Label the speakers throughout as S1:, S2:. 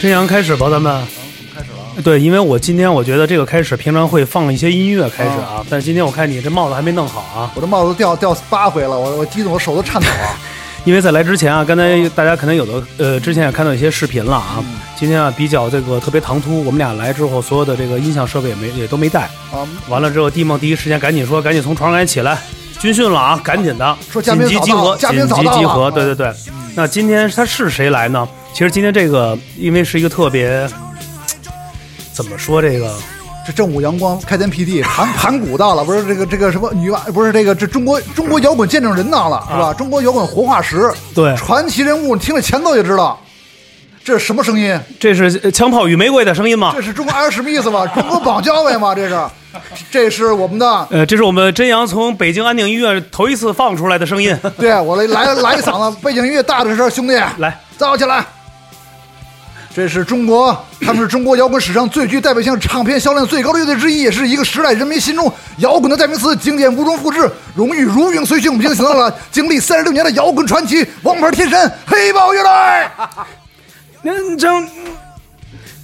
S1: 真阳开始吧，咱们。
S2: 开始了啊，
S1: 对，因为我今天我觉得这个开始，平常会放一些音乐开始啊，
S2: 哦
S1: 但是今天我看你这帽子还没弄好啊，
S2: 我这帽子掉掉八回了，我我激动，我手都颤抖啊。
S1: 因为在来之前啊，刚才
S2: 哦
S1: 大家可能有的呃之前也看到一些视频了啊，
S2: 嗯
S1: 今天啊比较这个特别唐突，我们俩来之后所有的这个音响设备也没也都没带，
S2: 啊，
S1: 完了之后地梦第一时间赶紧说赶紧从床上赶紧起来，军训了啊，赶紧的，
S2: 说嘉
S1: 紧
S2: 宾
S1: 急
S2: 早
S1: 集
S2: 到
S1: 合，
S2: 了嘉
S1: 紧
S2: 宾早
S1: 急
S2: 到
S1: 集
S2: 了
S1: 合，
S2: 啊
S1: 对对对。那今天他是谁来呢？其实今天这个因为是一个特别怎么说这个。
S2: 这正午阳光，开天辟地，盘盘古到了，不是这个这个什么女娲，不是这个这中国中国摇滚见证人到了，是吧？中国摇滚活化石，
S1: 对
S2: 传奇人物，你听了前奏就知道，这是什么声音？
S1: 这是呃枪炮与玫瑰的声音吗
S2: 这？是中国 Air Smith 吗？中国绑教委吗？这是， 这是我们的。
S1: 呃，这是我们真阳从北京安定医院头一次放出来的声音。
S2: 对啊我来来来一嗓子背景音乐大点声，兄弟，
S1: 来，
S2: 燥起来！这是中国，他们是中国摇滚史上最具代表性、唱片销量最高的乐队之一，也是一个时代人民心中摇滚的代名词，经典无中复制，荣誉如影随形。我们今天请到了经历三十六年的摇滚传奇、王牌天神黑豹乐队。
S1: 认真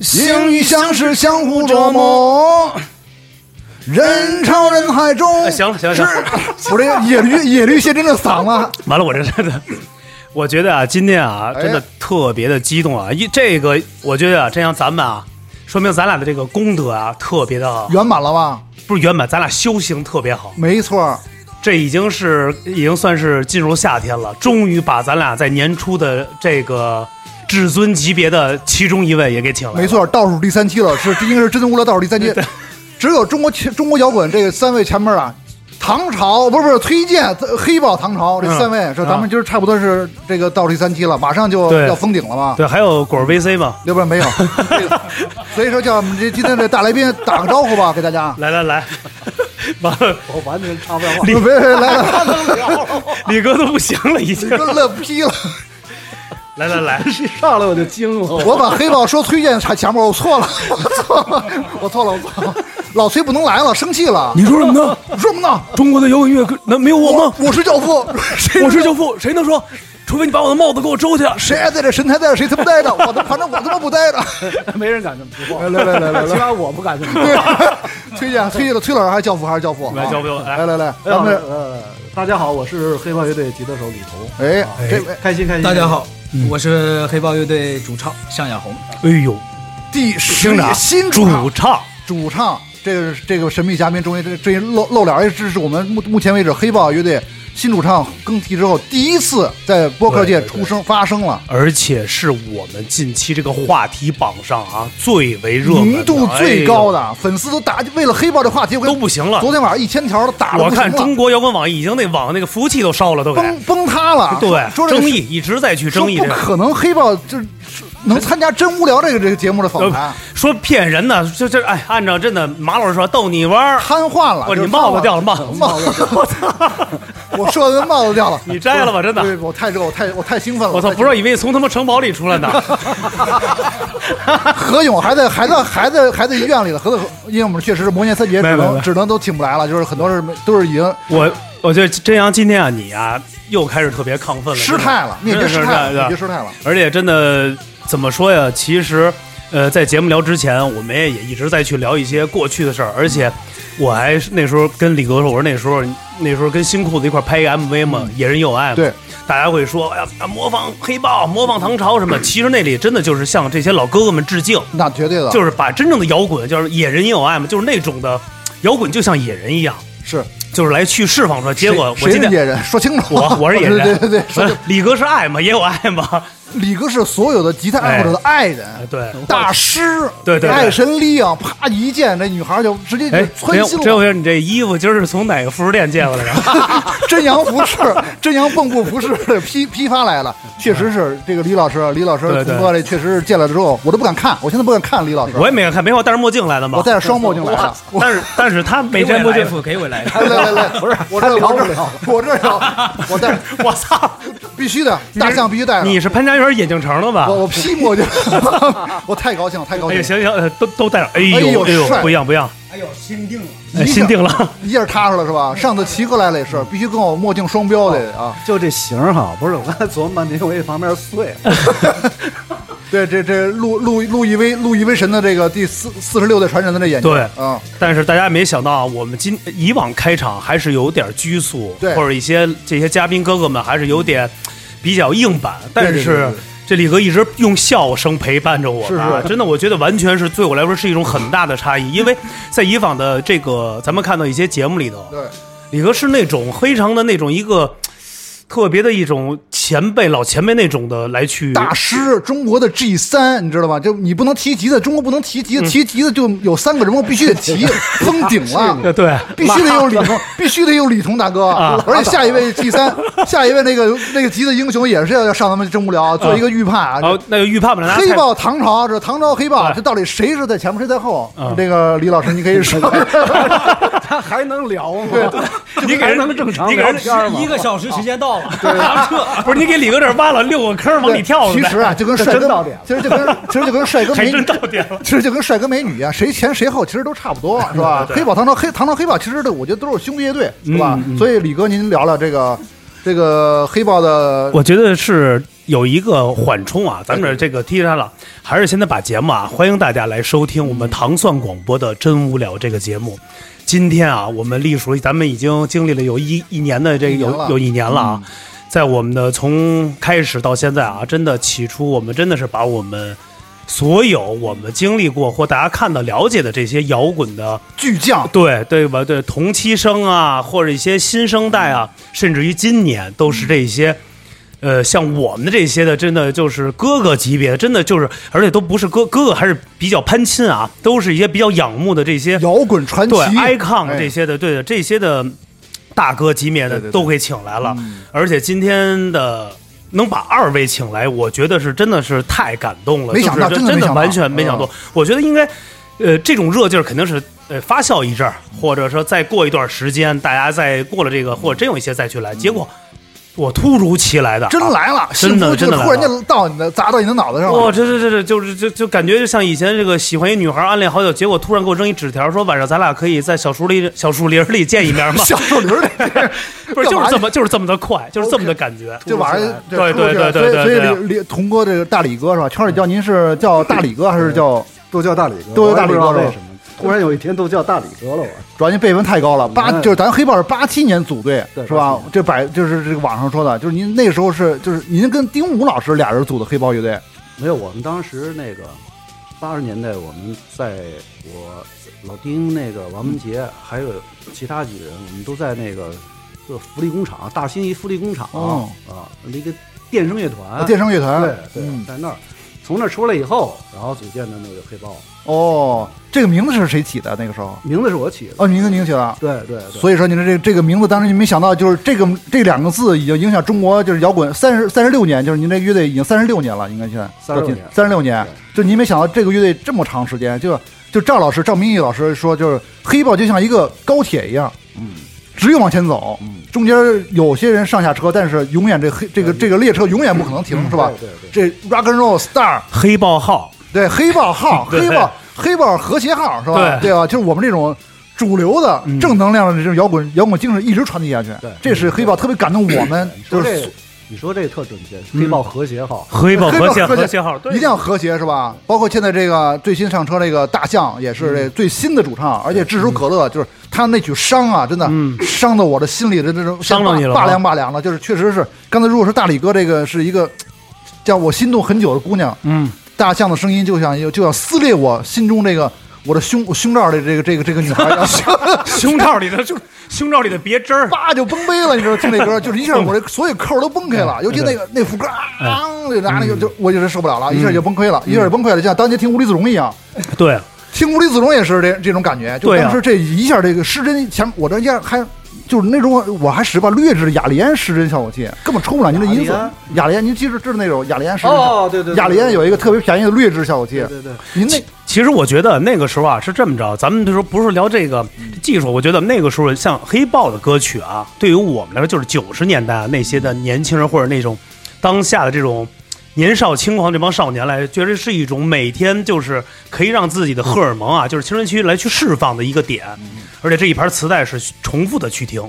S2: 相遇、相识、相互折磨，人潮人海中。
S1: 哎行了行了行了
S2: 是，我这野驴野驴先真的嗓子。
S1: 完了，我这真的， 我觉得啊，今天啊，真的
S2: 哎
S1: 特别的激动啊！
S2: 嗯
S1: 一这个，我觉得啊，真阳咱们啊，说明咱俩的这个功德啊，特别的
S2: 圆满了吧？
S1: 不是圆满，咱俩修行特别好。
S2: 没错儿，
S1: 这已经是已经算是进入夏天了，终于把咱俩在年初的这个至尊级别的其中一位也给请来了。
S2: 没错儿，倒数第三期了，是应该是真宗无聊倒数第三期，只有中国前中国摇滚这三位前面啊，唐朝不是不是崔健、黑豹、唐朝这三位，
S1: 嗯
S2: 是咱们今儿差不多是这个倒数第三期了，马上就
S1: 对
S2: 要封顶了吧？
S1: 对，还有果儿 VC 嘛，
S2: 要不 然没有，所以说叫我们这今天这大来宾打个招呼吧，给大家。
S1: 来来来， 完了，
S2: 我完全插不上话， 别别来了，
S1: 李哥都不行了，已经
S2: 你。说乐批了，
S1: 来来来，
S3: 上来我就惊了，
S2: 我把黑豹说崔健前前面，我错了，我错了，我错了，我错了，老崔不能来了，生气了，
S3: 你说什么呢？
S2: 你说什么呢？
S3: 中国的摇滚乐可能没有我吗？
S2: 我是教父，
S3: 我是教父，谁能说？除非你把我的帽子给我揪去。
S2: 谁爱在这，神才在这，谁他妈待着？我他反正我他妈不待着。
S3: 没人敢这么说
S2: 来来来来来来
S3: 起码我不敢这 么说。
S2: 对，崔健，崔了，崔老师还是教父还是教父？
S1: 来
S2: 啊
S1: 教父来哎
S2: 来来来，咱们
S3: 呃，大家好，我是黑豹乐队吉他手李彤，
S2: 这哎，这位
S3: 开心开心。嗯
S4: 大家，好，我是黑豹乐队主唱向亚红。
S1: 哎呦，
S2: 第十
S1: 听着啊，
S2: 一新主
S1: 主
S2: 唱
S1: 唱，
S2: 主唱，这个是这个神秘嘉宾终于这终于露露脸儿，哎这是我们目目前为止黑豹乐队新主唱更替之后第一次在播客界出声发声了。
S1: 而且是我们近期这个话题榜上啊最为热门的、
S2: 浓度最高
S1: 的、
S2: 的粉丝都打，为了黑豹这话题我跟
S1: 都不行了。
S2: 昨天晚上一千条都打的
S1: 哎我
S2: 不行
S1: 看
S2: 了
S1: 中，国摇滚网已经那网那个服务器都烧了，都给。
S2: 崩崩塌了。
S1: 对，
S2: 说这
S1: 争
S2: 个
S1: 议一直在去
S2: 说
S1: 争议
S2: 不
S1: 这个。
S2: 可能黑豹就是能参加真无聊这个这个节目的访
S3: 啊
S2: 谈，
S1: 呃说骗人呢，这这哎，按照真的马老师说，逗你玩儿。
S2: 瘫痪了。
S1: 我
S2: 就是
S1: 啊哦你帽子掉了，帽子，
S2: 帽子，
S1: 我操！
S2: 我说的帽子掉了。
S1: 你摘了吧真的
S2: 对，我太热，我太我太兴奋了。
S1: 我操！
S2: 太
S1: 不知道以为从他妈城堡里出来 呢。
S2: 何勇还在还在还在还在医院里呢。何勇，因为我们确实是摩年三杰，
S1: 没
S2: 只
S1: 没
S2: 能
S1: 没
S2: 只能都请不来了，就是很多是没都是已经
S1: 我我觉得真阳今天啊，你啊又开始特别亢奋了，
S2: 失态了，你也
S1: 真的
S2: 别
S1: 是
S2: 失态了，
S1: 是
S2: 你也别
S1: 的
S2: 失态了。
S1: 而且真的怎么说呀？其实，呃，在节目聊之前，我们也也一直在去聊一些过去的事儿，而且我还那时候跟李哥说，我说那时候那时候跟新裤子一块儿拍一个 MV 嘛，野人有爱》嘛，
S2: 嗯对，
S1: 大家会说哎呀模仿黑豹，模仿唐朝什么，其实那里真的就是向这些老哥哥们致敬，
S2: 那绝对的，
S1: 就是把真正的摇滚，就是野人也有爱嘛，就是那种的摇滚就像野人一样，
S2: 是
S1: 就是来去释放出来。结果我今
S2: 谁是
S1: 天
S2: 野人？说清楚，
S1: 我我是野人，
S2: 对对对，对说清楚
S1: 李哥是爱嘛，也有爱嘛，
S2: 李哥是所有的吉他爱好者的爱人。
S1: 对。
S2: 大师，
S1: 对对对
S2: 爱神力啊，啪一见这女孩就直接就
S1: 哎，
S2: 窜心
S1: 这
S2: 了。
S1: 回你这衣服今儿是从哪个服饰店借过来的？
S2: 真阳服饰，真阳蚌埠服饰批批发来了，确实是这个李老师，李老师
S1: 对对
S2: 从哥这确实是见了之后，我都不敢看，我现在不敢看李老师，
S1: 我也没看，没看，我戴着墨镜来的嘛
S2: 我。戴着双墨镜来哎的。我
S1: 但是但是他没摘墨镜，
S4: 给我来，
S2: 来来来，不是我这我这我这有，我
S1: 我操！
S2: 必须的，大象必须带上。
S1: 你是潘家园眼镜城的吧
S2: 我？我屁抹去， 我太高兴了，太高
S1: 哎
S2: 兴
S1: 呀，行
S2: 了，
S1: 行，呃都都带上。哎
S2: 哎
S1: 呦
S2: 呦
S1: 哎呦，
S2: 帅
S1: 不一样不一样，
S4: 哎呦，心定了，
S1: 哎
S2: 一下
S1: 心定了。
S2: 一下踏实了是吧？上次齐哥来了也是，必须跟我墨镜双标的
S1: 哦
S2: 啊。
S5: 就这型儿哈，不是我刚才琢磨半天，我以为旁边碎了。
S2: 对，这这路路路易威路易威神的这个第四四十六代传人的这眼睛，
S1: 对
S2: 啊，
S1: 但是大家没想到，我们今以往开场还是有点拘束，
S2: 对
S1: 或者一些这些嘉宾哥哥们还是有点比较硬板，但
S2: 对对对
S1: 是
S2: 对。
S1: 这李哥一直用笑声陪伴着我
S2: 是
S1: 吧，
S2: 是
S1: 真的，我觉得完全是对我来说是一种很大的差 异，因为在以往的这个咱们看到一些节目里头，
S2: 对，
S1: 李哥是那种非常的那种一个特别的一种前辈老前辈那种的来去
S2: 大师，中国的 G 三，你知道吧？就你不能提级的，中国不能提
S1: 嗯
S2: 级，提级的就有三个人物必须得提，封顶
S1: 呃
S2: 了。
S1: 对，
S2: 必须得有李 彤，必须得有李彤大哥，
S1: 啊
S2: 而且下一位 G 三，下一位那个那个级的英雄也是要要上咱们真无聊做一个预判啊，
S1: 然后那个预判本来拿
S2: 黑
S1: 菜啊
S2: 豹唐朝，这唐朝黑豹，
S1: 对
S2: 这到底谁是在前面，谁在后
S1: 嗯？
S2: 这个李老师，你可以说，
S5: 他还能聊吗？
S1: 你给人
S5: 还能正常
S1: 你给
S5: 聊
S1: 人
S5: 天吗？
S4: 一个小时时间到了，
S1: 不是你给李哥这儿挖了六个坑往里跳
S2: 其
S1: 是吧
S2: 实啊，就跟
S5: 这
S2: 帅
S5: 真
S2: 哥
S5: 到点了，
S2: 其实 就跟其实就跟帅哥
S1: 还
S2: 美女
S1: 真，到点了。
S2: 其实就跟帅哥美女一样，谁前谁后其实都差不多，是吧？
S1: 对对对嗯
S2: 黑宝唐朝黑唐朝黑宝，其实对我觉得都是兄弟乐队，是吧？所以李哥，您聊聊这个这个黑豹的，
S1: 我觉得是有一个缓冲啊，咱们这个踢上了，还是现在把节目啊，欢迎大家来收听我们糖蒜广播的《真无聊》这个节目。今天啊，我们隶属于咱们已经经历了有一 一年的这个
S2: 一年
S1: 有
S2: 了
S1: 有一年了啊，在我们的从开始到现在啊，真的起初我们真的是把我们所有我们经历过或大家看到了解的这些摇滚的
S2: 巨匠，
S1: 对对吧？对，同期生啊，或者一些新生代啊，甚至于今年都是这些，呃，像我们的这些的，真的就是哥哥级别的，真的就是，而且都不是哥哥哥，还是比较攀亲啊，都是一些比较仰慕的这些
S2: 摇滚传奇
S1: 对 icon
S2: 哎
S1: 这些的，对的这些的大哥级别的
S2: 对对对嗯
S1: 都给请来了，而且今天的。能把二位请来，我觉得是真的是太感动了，
S2: 没想到
S1: 就是
S2: 真的
S1: 真
S2: 没想到嗯
S1: 完全没想到。我觉得应该，呃，这种热劲儿肯定是呃发酵一阵儿，或者说再过一段时间，大家再过了这个，或者真有一些再去来。结果我突如其来的啊，
S2: 嗯真来了，
S1: 真的
S2: 幸
S1: 真
S2: 福
S1: 的来
S2: 就突然
S1: 了
S2: 间到你的砸到你的脑袋上
S1: 啊哇、
S2: 了，
S1: 这这这这就是就就感觉就像以前这个喜欢一女孩暗恋好久，结果突然给我扔一纸条，说晚上咱俩可以在小树林小树林里见一面吗？
S2: 小树林 儿的，
S1: 不是，就
S2: 干
S1: 是
S2: 嘛
S1: 这么就是这么的快，就是这么的感觉。
S2: 这玩意儿，
S1: 对对对对对
S2: 所以
S1: 对
S2: 所以李李童哥这个大李哥是吧？圈里叫您是叫大李哥还是叫？
S5: 都叫大李哥，
S2: 都叫大李哥
S5: 我也不知道
S2: 了
S5: 为什么？突然有一天都叫大李哥了，我
S2: 主要您辈分太高了，八
S5: 嗯
S2: 就是咱黑豹是八七年组队
S5: 对
S2: 是吧？这百就是这个网上说的，就是您那时候是就是您跟丁武老师俩人组的黑豹乐队，
S5: 没有。我们当时那个八十年代，我们在我老丁那个王文杰，还有其他几个人，我们都在那个这个福利工厂，大兴一福利工厂
S2: 哦啊
S5: 啊，那个电声乐团，
S2: 电声乐团
S5: 啊对对，
S2: 嗯
S5: 在那儿。从那儿出来以后，然后组建的那个黑豹，
S2: 哦，这个名字是谁起的？那个时候
S5: 名字是我起的。
S2: 哦，名字您起的。
S5: 对对对，
S2: 所以说，您这这个名字，当时您没想到，就是这个这两个字已经影响中国就是摇滚三十三十六年，就是您这乐队已经三十六年了，应该现在
S5: 36年
S2: 三十六年，就您没想到这个乐队这么长时间，就就赵老师赵明义老师说，就是黑豹就像一个高铁一样，
S5: 嗯，
S2: 只有往前走，
S5: 嗯
S2: 中间有些人上下车，但是永远这黑这个这个列车永远不可能停，是吧？
S5: 嗯对对
S2: 这 rock and roll star，
S1: 黑豹号，
S2: 对黑豹号，
S1: 对
S2: 黑豹黑豹和谐号是吧？
S1: 对
S2: 对吧？啊就是我们这种主流的
S1: 嗯
S2: 正能量的这种摇滚摇滚精神一直传递下去
S5: 对，
S2: 这是黑豹特别感动我们
S5: 你，
S2: 就
S5: 说
S2: 是嗯
S5: 这，你说这特准确，黑豹和谐号，
S1: 黑豹
S2: 黑豹
S1: 和谐
S2: 和谐
S1: 和谐号，对
S2: 一定要和谐是吧？包括现在这个最新上车这个大象也是
S1: 嗯
S2: 这最新的主唱，而且炙手可热，就是他那曲伤啊，真的伤到我的心里的这种
S1: 嗯伤到你了吗
S2: 拔凉拔凉了。就是确实是，刚才如果说大李哥这个是一个让我心动很久的姑娘，
S1: 嗯，
S2: 大象的声音就像就要撕裂我心中这个我的胸胸罩的这个这个这个女孩一 样，
S1: 胸罩里的就胸罩里的别针儿，
S2: 叭就崩飞了，你知道？听那歌 就是一下
S1: 嗯
S2: 我这所有扣都崩开了，尤其那个那副歌，
S1: 哎
S2: 啊，就拿那
S1: 嗯
S2: 个就我就是受不了了，一下就崩溃了，一下就崩溃了，就像当年听无地自容一样。
S1: 对，
S2: 听无地自容也是这这种感觉，就
S1: 对啊
S2: 当时这一下这个失真前，我这一下还就是那种我还使吧劣质的雅利安失真效果器，根本抽不了您的音色
S5: 雅利安。
S2: 雅利安，您记住，这是那种雅利安失真效果器。
S5: 哦，对对，对
S2: 雅利安有一个特别便宜的劣质效果器
S5: 对，对对，
S2: 您那
S1: 其实我觉得那个时候啊是这么着，咱们就说不是聊这个技术，我觉得那个时候像黑豹的歌曲啊，对于我们来说就是九十年代啊那些的年轻人或者那种当下的这种年少轻狂这帮少年来，觉得是一种呃每天就是可以让自己的荷尔蒙啊，就是青春期来去释放的一个点，而且这一盘磁带是重复的去听。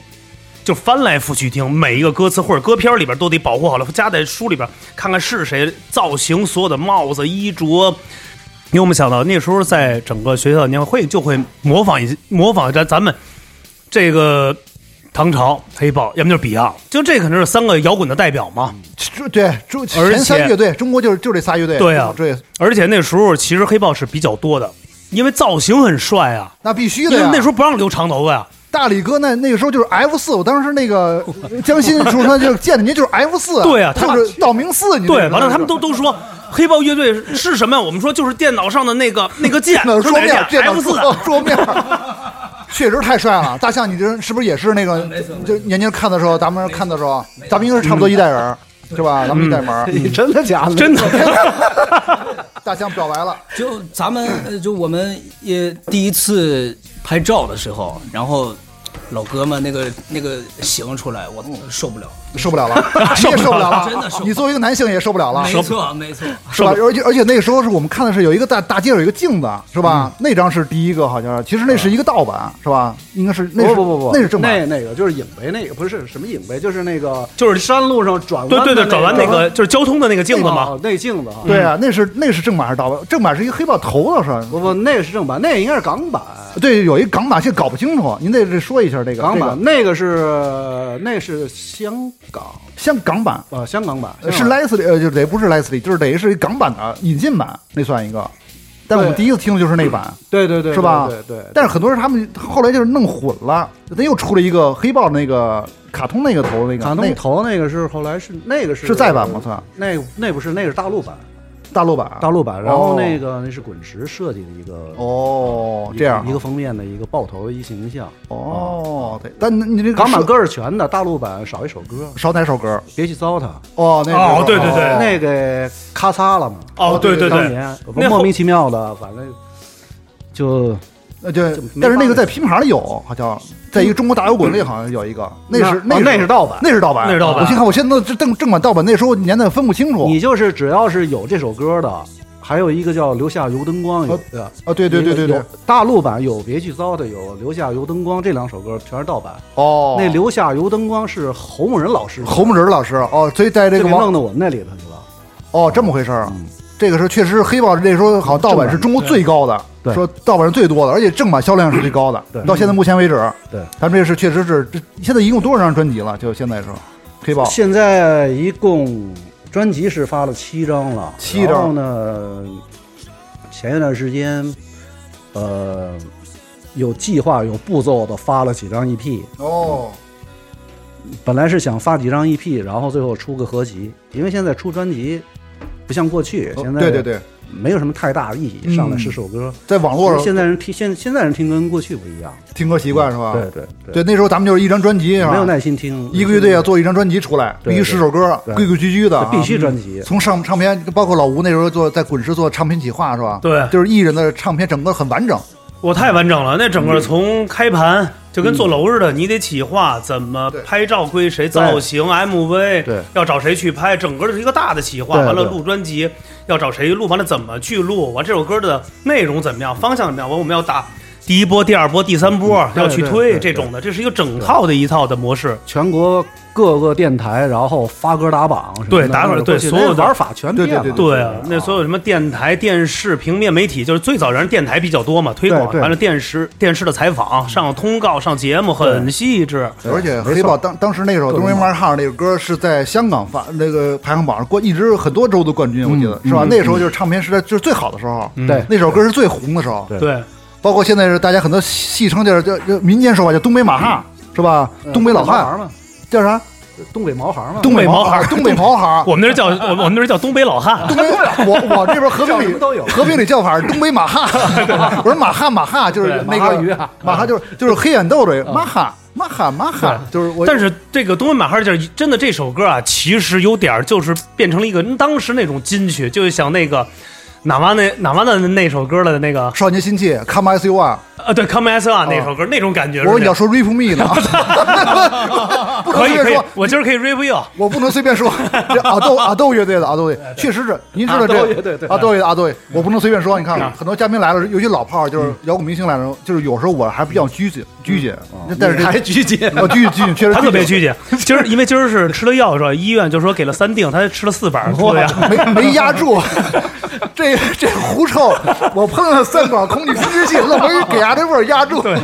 S1: 就翻来覆去听每一个歌词或者歌片里边都得保护好了，加在书里边看看是谁造型，所有的帽子、衣着，因为我们想到那时候在整个学校的年会就会模仿一些模仿咱咱们这个唐朝黑豹，要么就是 Beyond，就这肯定是三个摇滚的代表嘛。
S2: 就对中
S1: 而且
S2: 前三乐队，中国就是就这仨乐队。
S1: 对啊
S2: 对，
S1: 而且那时候其实黑豹是比较多的，因为造型很帅啊，
S2: 那必须
S1: 因
S2: 的
S1: 为
S2: 呀。
S1: 那时候不让留长头发呀、
S2: 大李哥那那个时候就是 F 四，我当时 那个江心主川就是见的您就是 F 四，
S1: 对啊他
S2: 就
S1: 妈
S2: 是道明寺，你
S1: 对，
S2: 这个
S1: 完了他们都都说。黑豹乐队是什么呀？我们说就是电脑上的那个那个键，
S2: 电脑
S1: 是
S2: 桌
S1: 哪个
S2: 面，
S1: 键
S2: 电脑
S1: F 四啊
S2: 桌 桌面，确实太帅了。大象，你这是不是也是那个？就年轻看的时候，咱们看的时候，啊咱们应该是差不多一代人，是吧？咱们一代门儿。
S5: 你真的假的？
S1: 真的。
S2: 大象表白了，
S4: 就咱们呃就我们也第一次拍照的时候，然后老哥们那个那个形出来，我
S2: 嗯
S4: 受不了。
S2: 受不了 了，你也受不了了，
S4: 真的受不了
S2: 你作为一个男性也受不了了。
S4: 没错，没错，
S2: 是吧？而且而且那个时候是我们看的是有一个大大街有一个镜子，是吧？
S5: 嗯
S2: 那张是第一个，好像是，其实那是一个盗版，是吧？应该是那
S5: 不
S2: 是
S5: 嗯不不不，
S2: 那是正版。嗯
S5: 那那个就是影呗，那个不是什么影呗，就是那个
S1: 就是
S5: 山路上转弯的
S1: 对对对，转完那
S5: 个
S1: 个就是交通的那个镜子嘛，
S5: 哦，那镜子啊，
S2: 对啊，那是那是正版还是盗版？正版是一个黑豹头倒是，
S5: 不不，那个是正版，那个应该是港版，
S2: 对，有一港版，现在搞不清楚，您得这说一下这个
S5: 港
S2: 这
S5: 版
S2: 个
S5: 那个是那是香港
S2: 像港版。
S5: 啊，香港版
S2: 呃是
S5: 香港版
S2: 莱斯利，呃，就得不是莱斯利，就是得是一港版的引进版，那算一个。但我们第一次听的就是那版，
S5: 对对对，
S2: 是吧
S5: 对对，对
S2: 但是很多人他们后来就是弄混了，他又出了一个黑豹那个卡通那个头那个，
S5: 卡
S2: 那
S5: 通
S2: 个
S5: 头啊那个是后来是那个是
S2: 是再版吗？？算
S5: 那那不是，那是大陆版，
S2: 大陆版，
S5: 大陆版。然
S2: 哦
S5: 后那个那是滚石设计的一个
S2: 哦
S5: 一，个
S2: 这样
S5: 一个封面的一个爆头的一形象。
S2: 哦，对，但你这个
S5: 港版
S2: 是
S5: 歌是全的，大陆版少一首歌，
S2: 少哪首歌？
S5: 别去糟蹋。
S2: 哦，那
S1: 哦
S2: 首
S1: 对对对
S2: 哦
S5: 那个咔嚓了嘛。
S1: 哦对对对
S5: 当年
S1: 那后
S5: 莫名其妙的，反正就
S2: 那对
S5: 就，没
S2: 但是那个
S5: 办法
S2: 在拼盘里有，好像在一个中国大摇滚里好像有一个，那是
S5: 那哦
S2: 那
S5: 那是盗版
S2: 那是盗版，
S1: 那是盗版
S2: 我先看，我现在这正正版盗版，那时候年代分不清楚。
S5: 你就是只要是有这首歌的，还有一个叫《留下油灯光》有
S2: 哦
S5: 的。
S2: 啊，对对对对对
S5: 有，，大陆版有《别去糟蹋》，有《留下油灯光》这两首歌全是盗版。
S2: 哦，
S5: 那《留下油灯光》是侯梦仁老师
S2: 侯木仁老师，哦，所以在这
S5: 就
S2: 个
S5: 给
S2: 王
S5: 弄到我们那里头去了。
S2: 哦这么回事儿啊
S5: 嗯，
S2: 这个是确实是黑豹这时候好像盗版是中国最高的，
S5: 对
S2: 说盗版是最多的，而且正版销量是最高的，
S5: 对
S2: 到现在目前为止，
S5: 对，
S2: 咱们这是确实是这现在一共多少张专辑了？就现在是黑豹
S5: 现在一共专辑是发了七张了，
S2: 七张
S5: 然后呢，前一段时间，呃，有计划、有步骤的发了几张 EP，
S2: 哦，
S5: 本来是想发几张 EP，然后最后出个合集，因为现在出专辑不像过去，现在
S2: 哦对对，对，
S5: 没有什么太大意义，
S2: 嗯
S5: 上来十首歌。
S2: 在网络上
S5: 现在人听现现在人听歌跟过去不一样，
S2: 听歌习惯是吧？
S5: 对对
S2: 啊对，那时候咱们就是一张专辑是吧？
S5: 没有耐心听
S2: 一个乐队要做一张专辑出来，必
S5: 对
S2: 须
S5: 对
S2: 十首歌，
S5: 对
S2: 规规矩矩的啊，
S5: 必须专辑
S2: 嗯从上唱片，包括老吴那时候做在滚石做唱片企划是吧？
S1: 对
S2: 就是艺人的唱片整个很完整。
S1: 我太完整了，那整
S5: 嗯
S1: 个从开盘就跟坐楼似的，你得企划怎么
S2: 对
S1: 拍照归谁，造型 MV
S5: 对
S1: 要找谁去拍，整个就是一个大的企划。
S5: 对
S1: 完了
S5: 对
S1: 录专辑要找谁录，完了怎么去录，完这首歌的内容怎么样，方向怎么样，完我们要打第一波、第二波、第三波，
S5: 嗯对
S1: 要去
S5: 对
S1: 推
S5: 对
S1: 这种的，这是一个整套的一套的模式。
S5: 全国各个电台，然后发歌打榜什么的，
S1: 对打榜对
S5: 那
S1: 所有的
S5: 玩法全变了。
S2: 对
S1: 对啊，那所
S5: 有
S1: 有什么电台、电视、平面媒体，就是最早人电台比较多嘛，推广
S5: 对对
S1: 完了电视、电视的采访、上通告、上节目，很
S5: 对
S1: 细致。
S2: 而且
S5: 没错
S2: 黑豹当当时那首《
S5: 各种
S2: Don't r e m a r h 那个歌是在香港发那个排行榜上冠，一直很多周的冠军，我记得是吧？那时候就是唱片时代就是最好的时候，
S1: 嗯
S5: 嗯对
S2: 那首歌是最红的时候。
S5: 对
S1: 对，
S2: 包括现在是大家很多戏称就是叫叫民间说法叫东北马哈是吧？东北老汉
S5: 嘛，
S2: 叫啥？
S5: 嗯东北毛孩嘛，
S1: 东北毛孩
S2: 孩，东北毛 孩。
S1: 我们那儿叫我我们那儿叫东北老汉。
S2: 东北，我我这边和平
S5: 叫什
S2: 里
S5: 么都有
S2: 和平里叫法是东北马哈，我说马哈马哈就是
S1: 对
S2: 那
S5: 马哈
S2: 个
S5: 鱼啊
S2: 马哈就是就是黑眼豆的马哈马哈马哈，就是我，
S1: 但是这个《东奔马哈劲儿》真的这首歌啊，其实有点儿就是变成了一个当时那种金曲，就像那个哪哇那哪哇的那首歌的那个
S2: 少年心切，Come as you are。
S1: 啊，对《Come As You Are》那首歌、那种感觉是这样。
S2: 哦我要 说 rip me 呢，不能
S1: 可以
S2: 随
S1: 可以
S2: 便说，，
S1: 我今儿可以 review
S2: 我不能随便说。这阿豆阿豆乐队的阿豆乐队，确实是，您知道这
S5: 阿豆乐队对
S2: 阿豆乐队阿豆乐队，我不能随便说。你看
S1: 嗯，
S2: 很多嘉宾来了，尤其老炮儿，就是摇滚明星来了，就是有时候我还比较拘谨
S1: 嗯
S2: 拘谨，那但是这
S5: 还拘谨，
S2: 我拘谨拘谨，确 实
S1: 他特别拘谨。今儿因为今儿是吃了药是吧？医院就说给了三锭，他吃了四 板儿，出的呀。
S2: 没没压住。 这这狐臭，我喷了三管空气清新剂，愣没给伢这味儿压住。
S1: 对，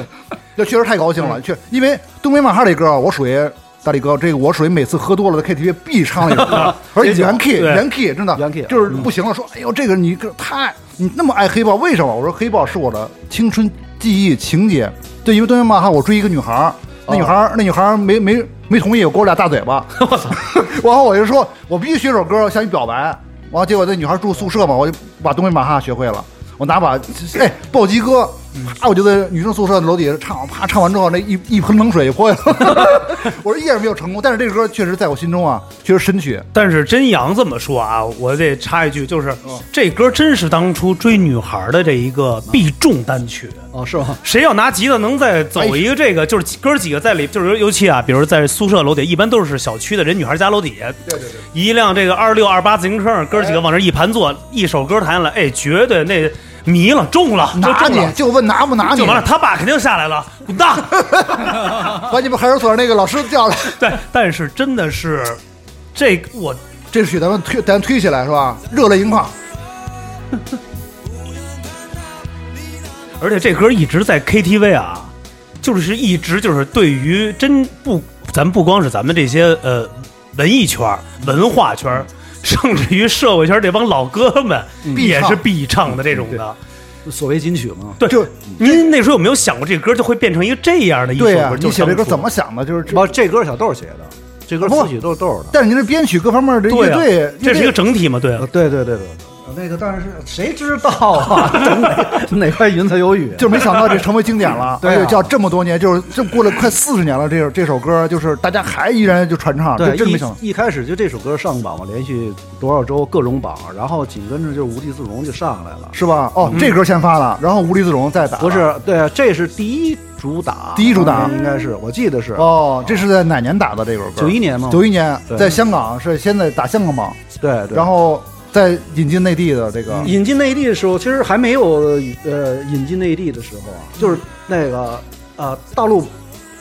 S2: 这确实太高兴了，确因为东北马哈这歌啊，我属于大力哥，这个我属于每次喝多了在 KTV 必唱的一首歌，而且原 key
S1: 对
S2: 原 key 真的
S5: 原 key，
S2: 就是不行了，说哎呦这个你个太你那么爱黑豹，为什么？我说黑豹是我的青春记忆情节，对，因为东北马哈我追一个女孩儿，那女孩儿那女孩儿没没没同意，我给我俩大嘴巴，我操！ 然后我就说我必须学首歌向你表白，然后结果那女孩住宿舍嘛，我就把东北马哈学会了。我拿把哎暴击哥，啊啪！我就在女生宿舍楼底下唱，啪唱完之后，那一一盆冷水泼下来， 我说一点没有成功。但是这个歌确实在我心中啊，确实深雪。
S1: 但是真阳这么说啊，我得插一句，就是这歌真是当初追女孩儿的这一个必中单曲。
S5: 哦，是吗？
S1: 谁要拿吉他能再走一个这个，就是几哥几个在里，就是尤其啊，比如在宿舍楼底，一般都是小区的人女孩家楼底下，对对对，一辆这个二六二八自行车上，哥几个往这一盘坐，一首歌弹下来，哎，绝对那迷了，中了，就
S2: 拿
S1: 中
S2: 你
S1: 了。
S2: 就问拿不拿你
S1: 就，完了，他爸肯定下来了，滚蛋！
S2: 把你们派出所那个老师叫来，
S1: 对，但是真的是，这个我
S2: 这是雪咱们推咱推起来是吧？热泪盈眶，
S1: 而且这歌一直在 KTV 啊，就是一直就是对于真不，咱不光是咱们这些呃文艺圈儿、文化圈儿，甚至于社会圈儿这帮老哥们，
S2: 嗯必
S1: 也
S2: 唱嗯
S1: 是必唱的这种的。
S5: 所谓金曲嘛，
S1: 对，
S2: 就
S1: 您那时候有没有想过这歌就会变成一个这样的一首
S2: 对呀、
S1: 歌？就
S2: 你写这歌
S1: 当初
S2: 怎么？想的？就是这，
S5: 不，这歌小豆儿写的，这歌
S2: 不
S5: 词曲都是豆儿的。
S2: 但是您这编曲各方面的乐
S1: 对啊
S2: 队，
S1: 这是一
S2: 乐
S1: 个
S2: 队
S1: 整体嘛？对
S5: 呃，对对对对，那个当然是谁知道 啊？哪块云彩有雨？啊
S2: 就没想到这成为经典了，
S5: 对啊
S2: 而且叫这么多年，就是这过了快四十年了，这首这首歌就是大家还依然就传唱，这
S5: 对，
S2: 真没想到。
S5: 一一开始就这首歌上榜嘛，连续多少周各种榜，然后紧跟着就是无地自容就上来了。
S2: 是吧？哦，这歌先发了，然后无地自容再打，
S5: 嗯不是，对，啊这是第一主打，
S2: 啊第一主打
S5: 当时应该是我记得是
S2: 哦，这是在哪年打的这首歌？
S5: 91年吗
S2: 九一年
S5: 对
S2: 在香港是先在打香港榜，
S5: 对嗯对。
S2: 然后再引进内地的这个。
S5: 引进内地的时候，其实还没有呃引进内地的时候啊，就是那个呃大陆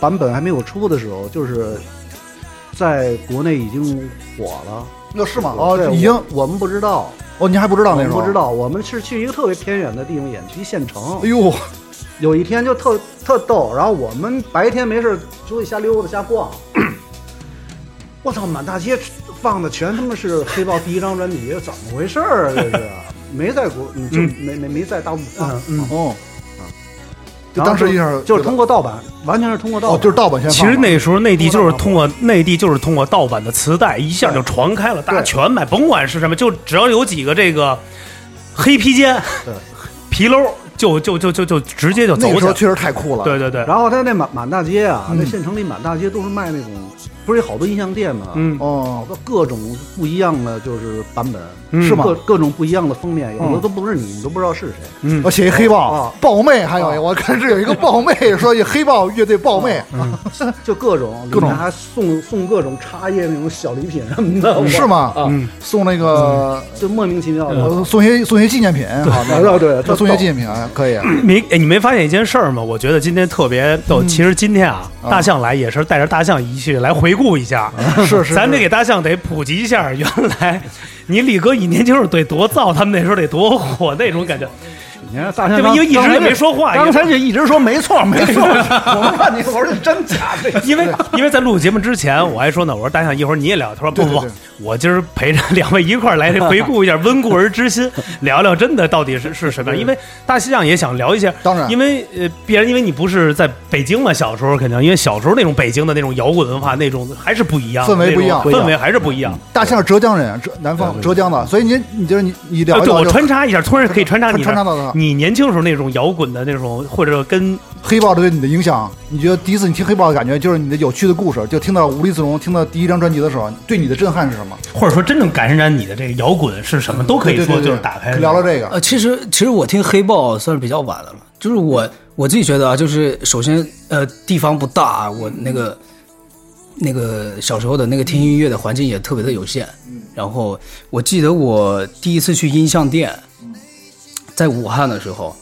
S5: 版本还没有出的时候，就是在国内已经火了。
S2: 那是吗？哦，
S5: 对
S2: 已经
S5: 我我们不知道，
S2: 哦，您还不知
S5: 我
S2: 道那
S5: 们
S2: 时候？
S5: 不知。道，我们是去一个特别偏远的地方演去县城
S2: 哎。呦，
S5: 有一天就特特逗，然后我们白天没事儿出去瞎溜达瞎逛， 我操，满大街放的全他妈是黑豹第一张专辑，怎么回事儿啊？这是 没在国，就
S1: 嗯
S5: 没没没在大陆放，
S2: 哦，就
S5: 然后
S2: 当时一下
S5: 就是通过盗版，完全是通过盗版，
S2: 哦，就是盗版先发。
S1: 其实那时候内地就是通过内地就是通过盗版的磁带一下就传开了，大家全买，甭管是什么，就只要有几个这个黑披肩
S5: 对、
S1: 皮褛，就就就就就直接就走
S2: 那个时
S1: 起
S2: 候
S1: 来。
S2: 确实太酷了。
S1: 对对对，
S5: 然后他那满满大街啊，
S2: 嗯
S5: 那县城里满大街都是卖那种，不是有好多音像店嘛，
S1: 嗯，
S2: 哦，
S5: 各种不一样的就是版本，
S1: 嗯
S2: 是吗
S5: 各各种不一样的封面，有
S2: 嗯
S5: 的都不是你，你都不知道是谁。
S2: 我写一黑豹
S5: 哦，
S2: 豹妹，还有一
S5: 哦
S2: 我看是有 一个豹妹，说一黑豹乐队豹妹，
S5: 就各种
S2: 各种
S5: 里面还送送各种茶叶那种小礼品什么的，我
S2: 嗯是？吗？
S5: 啊，
S2: 送那个
S5: 就莫名其妙的。
S2: 呃送些送些纪念品，好
S5: 对哦对对
S2: 这送些纪念品啊可以。
S1: 没哎你没发现一件事儿吗？我觉得今天特别逗。其实今天啊，
S2: 嗯啊
S1: 大象来也是带着大象一起来回顾一下，
S2: 是 是
S1: 咱
S2: 是
S1: 得给大象得普及一下，原来你李哥以年轻时候得多燥，他们那时候得多火那种感觉，
S5: 你看大
S1: 对吧？因为一直也没说话，也
S5: 就一直说没错没错，我问你，我说这真假这？
S1: 因为因为在录节目之前，我还说呢，我说大象一会儿你也聊，他说不
S2: 对对
S1: 不
S2: 对，
S1: 我今儿陪着两位一块儿来回顾一 下温故而知新，聊聊真的到底是是什么样。因为大西象也想聊一下，
S2: 当然
S1: 因为呃，必然因为你不是在北京嘛，小时候肯定，因为小时候那种北京的那种摇滚文化那种还是不一样的，
S2: 氛围不一样嗯
S1: 那种氛围还是不一样。
S2: 大象是浙江人，浙南方浙江的，所以您你就是你你聊
S1: 呃
S2: 一
S1: 对，
S2: 聊
S1: 我
S2: 就
S1: 穿插一下，突然可以穿插你
S2: 穿插到的啊
S1: 你你年轻时候那种摇滚的那种，或者跟
S2: 黑豹对你的影响，你觉得第一次你听黑豹的感觉就是你的有趣的故事，就听到《无地自容》，听到第一张专辑的时候，对你的震撼是什么？
S1: 或者说真正感染你的这个摇滚是什么，都可以
S2: 对对
S1: 说
S2: 对
S1: 就是打开
S2: 聊聊这个，
S4: 呃，其实其实我听黑豹算是比较晚的了，就是我我自己觉得啊，就是首先呃地方不大，我那个那个小时候的那个听音乐的环境也特别的有限，然后我记得我第一次去音像店，在武汉的时候，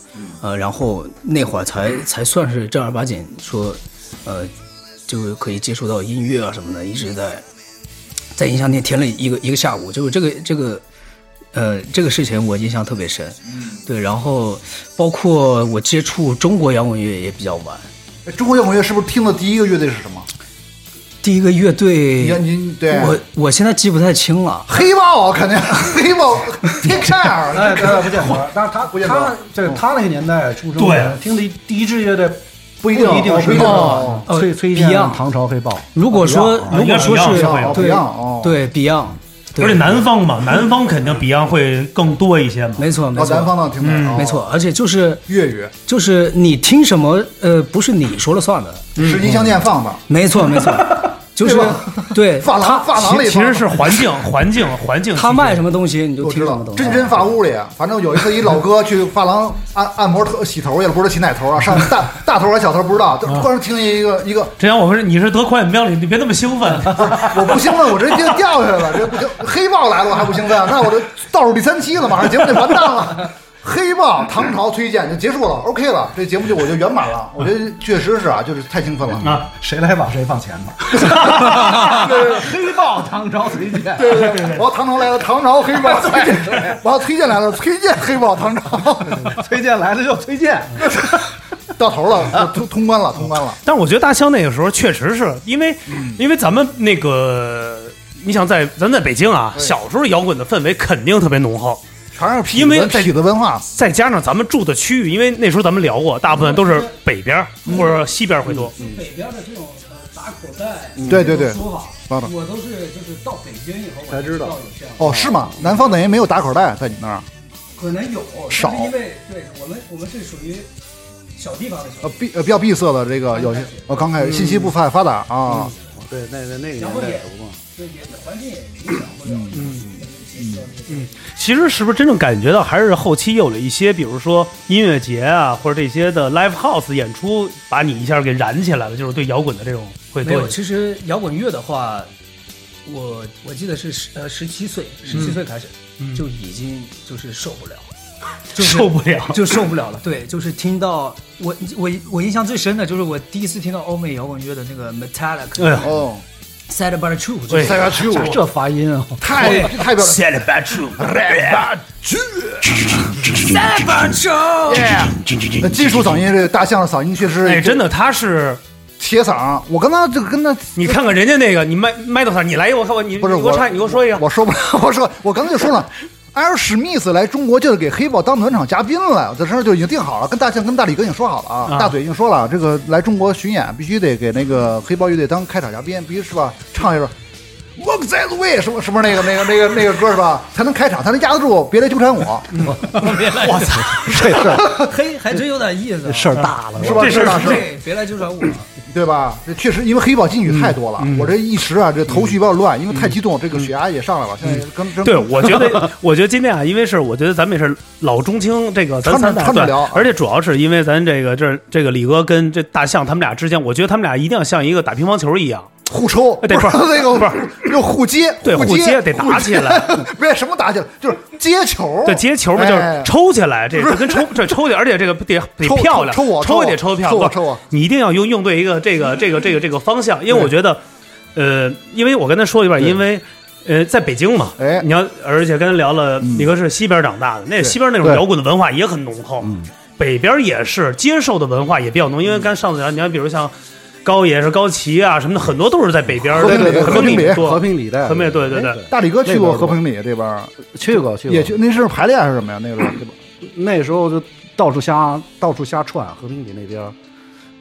S4: 呃，然后那会儿才才算是正儿八经说，呃，就可以接触到音乐啊什么的，一直在在音像店填了一个一个下午，就是这个这个。呃，这个事情我印象特别深，
S2: 嗯
S4: 对，然后包括我接触中国摇滚乐也比较晚，
S2: 哎中国摇滚乐是不是听的第一个乐队是什么？
S4: 第一个乐队
S2: 你，看您对
S4: 我我现在记不太清了，
S2: 黑豹啊肯定黑豹 Take Care，
S6: 哎，对，不见得。但是他
S2: 不见得
S6: 他就是他那个年代出生的
S1: 对
S6: 人，听的第一支乐队
S2: 不一
S6: 一
S2: 定
S6: 定
S2: 哦不
S6: 是
S2: 一定
S6: 哦
S2: 哦
S4: 哦
S6: 崔崔健
S4: Beyond
S6: 唐朝黑豹。
S4: 如果说
S6: 啊
S4: 如果说
S1: 应该
S4: 是
S1: 是 Beyond，
S4: 对
S2: 是吧 Beyond，哦
S4: 对 Beyond，对
S1: 而且南方嘛，南方肯定 Beyond 会更多一些嘛。
S4: 没错没
S2: 哦，
S4: 错嗯
S2: 南方的听的，哦
S4: 没错，而且就是
S2: 粤语
S4: 就是你听什么呃不是你说了算的，
S2: 是音像店放的，
S4: 没错 没错，就是
S2: 对吧
S4: 对
S2: 发
S4: 他
S2: 廊发廊里
S1: 其其
S2: 放
S1: 实
S2: 的
S1: 是环境，环境，环境。
S4: 他卖什么东西你就
S2: 我
S4: 听
S2: 知
S4: 什
S2: 道
S4: 么，东西，啊
S2: 真真发屋里，啊反正有一次一老哥去发廊按按摩头洗头去了，不知道洗哪头啊，上大大头还是小头不知道，就突然听见一个一个，
S1: 之前我说你是得狂犬病了，你别那么兴 奋。
S2: 我不兴奋，我这就掉下来了，这不就黑豹来了我还不兴奋，那我这倒数第三期了，马上节目就完蛋了。黑豹、唐朝、崔健就结束了，OK 了，这节目就我就圆满了。我觉得确实是啊，就是太兴奋了。
S6: 谁来把谁放前头？黑豹、唐朝、崔 健，
S2: 对对对，然后唐朝来了，唐朝 黑豹崔健，然后崔健来了，崔健黑豹唐朝，
S6: 崔健来了就崔健。
S2: 到头了，通通关了，通关了。
S1: 但是我觉得大象那个时候确实是因为，因为咱们那个，你想在咱们在北京啊，小时候摇滚的氛围肯定特别浓厚，
S2: 全是痞
S1: 因为
S2: 子痞子文化，
S1: 再加上咱们住的区域，因为那时候咱们聊过，大部分都是北边儿或者西边儿会多。
S4: 北边的这种打口袋
S2: 对对对，
S4: 说法
S2: 发的
S4: 我都是就是到北京以后
S6: 才知道
S4: 有这样
S2: 哦，是吗？南方等于没有打口袋在你那儿，
S4: 可能有
S2: 少
S4: 但是因为对我们我们是属于小地方的小
S2: 呃，闭呃比较闭塞的这个有些，哦，刚开始信息不发发达啊，
S5: 对，那个那个年
S4: 然后
S5: 代
S4: 也
S5: 有过。
S4: 对也环境也影响不了。嗯嗯
S1: 其实是不是真正感觉到还是后期有了一些，比如说音乐节啊，或者这些的 live house 演出，把你一下给燃起来了，就是对摇滚的这种会
S4: 没
S1: 多
S4: 有，
S1: 一些。
S4: 其实摇滚乐的话，我我记得是十呃十七岁，十七岁开始、就已经就是受不了，就是
S1: 受不了，
S4: 就受不了了。对，就是听到我我我印象最深的就是我第一次听到欧美摇滚乐的那个 Metallica、
S1: 哎呀，
S2: 哦，
S4: Sad But True，就
S1: 对
S4: 是
S2: 塞牙去我
S6: 这发音啊！
S2: 哎 太太表
S1: 谢了吧，主。
S4: Sad But True，
S2: 呃金属嗓音，这个大象的嗓音确实
S1: 哎，真
S2: 的
S1: 的，他是
S2: 铁嗓。我刚刚就跟他
S1: 你看看人家那个，你麦麦多少？你来一个，我看我你
S2: 不是
S1: 你给我唱，你给我说一个。
S2: 我说不了， 我说我刚才就说了。艾尔史密斯来中国就是给黑豹当暖场嘉宾了，这事儿就已经定好了，跟大象跟大李哥已经说好了啊，
S1: 啊
S2: 大嘴已经说了，这个来中国巡演必须得给那个黑豹乐队当开场嘉宾，必须是吧？唱一首《Walk That Way》什么什么那个那个那个那个歌是吧？才能开场，才能压得住，别来纠缠我，
S1: 嗯我操，
S4: 嘿，还真有点意思、啊。
S6: 事儿大了，
S2: 是吧？
S1: 这事儿
S2: 大事，
S4: 对，别来纠缠我。
S2: 对吧？这确实，因为黑豹金曲太多了，
S1: 嗯
S2: 我这一时啊，这头绪有点乱，因为太激动，这个血压也上来了，现在跟跟
S1: 嗯对，我觉得，我觉得今天啊，因为是我觉得咱们也是老中青这个咱
S2: 掺着
S1: 三代
S2: 掺着
S1: 对
S2: 聊啊
S1: 而且主要是因为咱这个这这个李哥跟这大象他们俩之间，我觉得他们俩一定要像一个打乒乓球一样，
S2: 互抽，
S1: 哎对
S2: 是
S1: 不是
S2: 那个
S1: 不
S2: 是，又互接，
S1: 对
S2: 互
S1: 互接得打起来
S2: 互接，不是什么打起来，就是接球，
S1: 对接球嘛，就是
S2: 哎
S1: 抽起来，这就跟 抽这抽起来，而且这个得得
S2: 抽
S1: 漂亮，
S2: 抽抽我抽
S1: 抽也得
S2: 我
S1: 抽漂
S2: 抽我
S1: 亮，
S2: 抽我
S1: 你一定要用用对一个这个这个这个这个方向，因为我觉得，呃，因为我跟他说一遍，因为。呃，在北京嘛，
S2: 哎嗯
S1: 你要，而且跟他聊了，李哥是西边长大的，那西边那种
S2: 对
S1: 摇滚的文化也很浓厚，北边也是接受的文化也比较浓，因为刚上次聊，你看，比如像高野是高旗啊什么的，很多都是在北边，
S2: 和平
S1: 对
S2: 里
S1: 和
S2: 和平里
S1: 多，
S5: 和平里带，
S1: 和平里对对对
S5: 哎
S2: 大李哥去过
S5: 那边
S2: 和平里这边，
S5: 去过去过，
S2: 也去，那是排练还是什么呀？那个 时候对吧
S5: 那时候就到处瞎到处瞎串，和平里那边儿，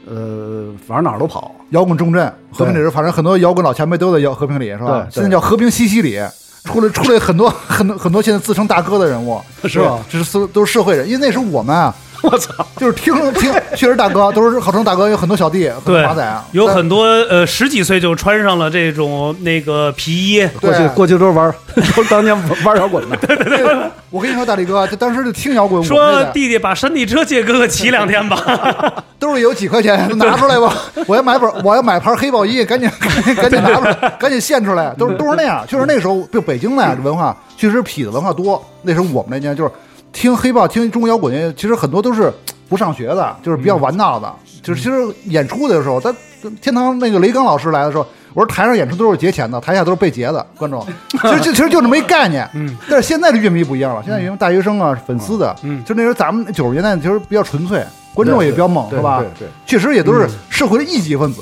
S5: 呃，反正哪儿都跑。
S2: 摇滚重镇，和平里是，反正很多摇滚老前辈都在摇和平里是吧？
S5: 对
S2: 现在叫和平西西里， 出来出来很多很多很多现在自称大哥的人物，
S5: 是吧
S2: 对？这是都都是社会人，因为那时候我们啊，
S5: 我操，
S2: 就是 听听确实大哥都是号称大哥，有很多小弟，很多
S1: 对
S2: 马仔，，啊
S1: 有很多呃十几岁就穿上了这种那个皮衣，
S2: 对
S5: 过去过去都是玩儿， 都当年玩摇滚的。
S2: 对我跟你说，大力哥，就当时就听摇滚，我们
S1: 说
S2: 这代
S1: 弟弟把山地车借哥哥骑两天吧。
S2: 兜里有几块 钱，拿出来吧！我要买 本，我要买盘黑豹一， 赶紧赶紧赶紧拿出来，赶紧献出来，都是都是那样。确实那时候，就北京的呀文化，确实痞子文化多。那时候我们那年就是听黑豹、听中国摇滚乐，其实很多都是不上学的，就是比较玩闹的。就是其实演出的时候，他天堂那个雷刚老师来的时候。我说台上演出都是结钱的，台下都是被劫的观 众，其实就其实就这么一概念。嗯，但是现在的乐迷不一样了，现在乐迷大学生啊，粉丝的，嗯，就那时候咱们九十年代其实比较纯粹，观众也比较猛，是吧？
S5: 对嗯对。
S2: 确实也都是社会的一级分子，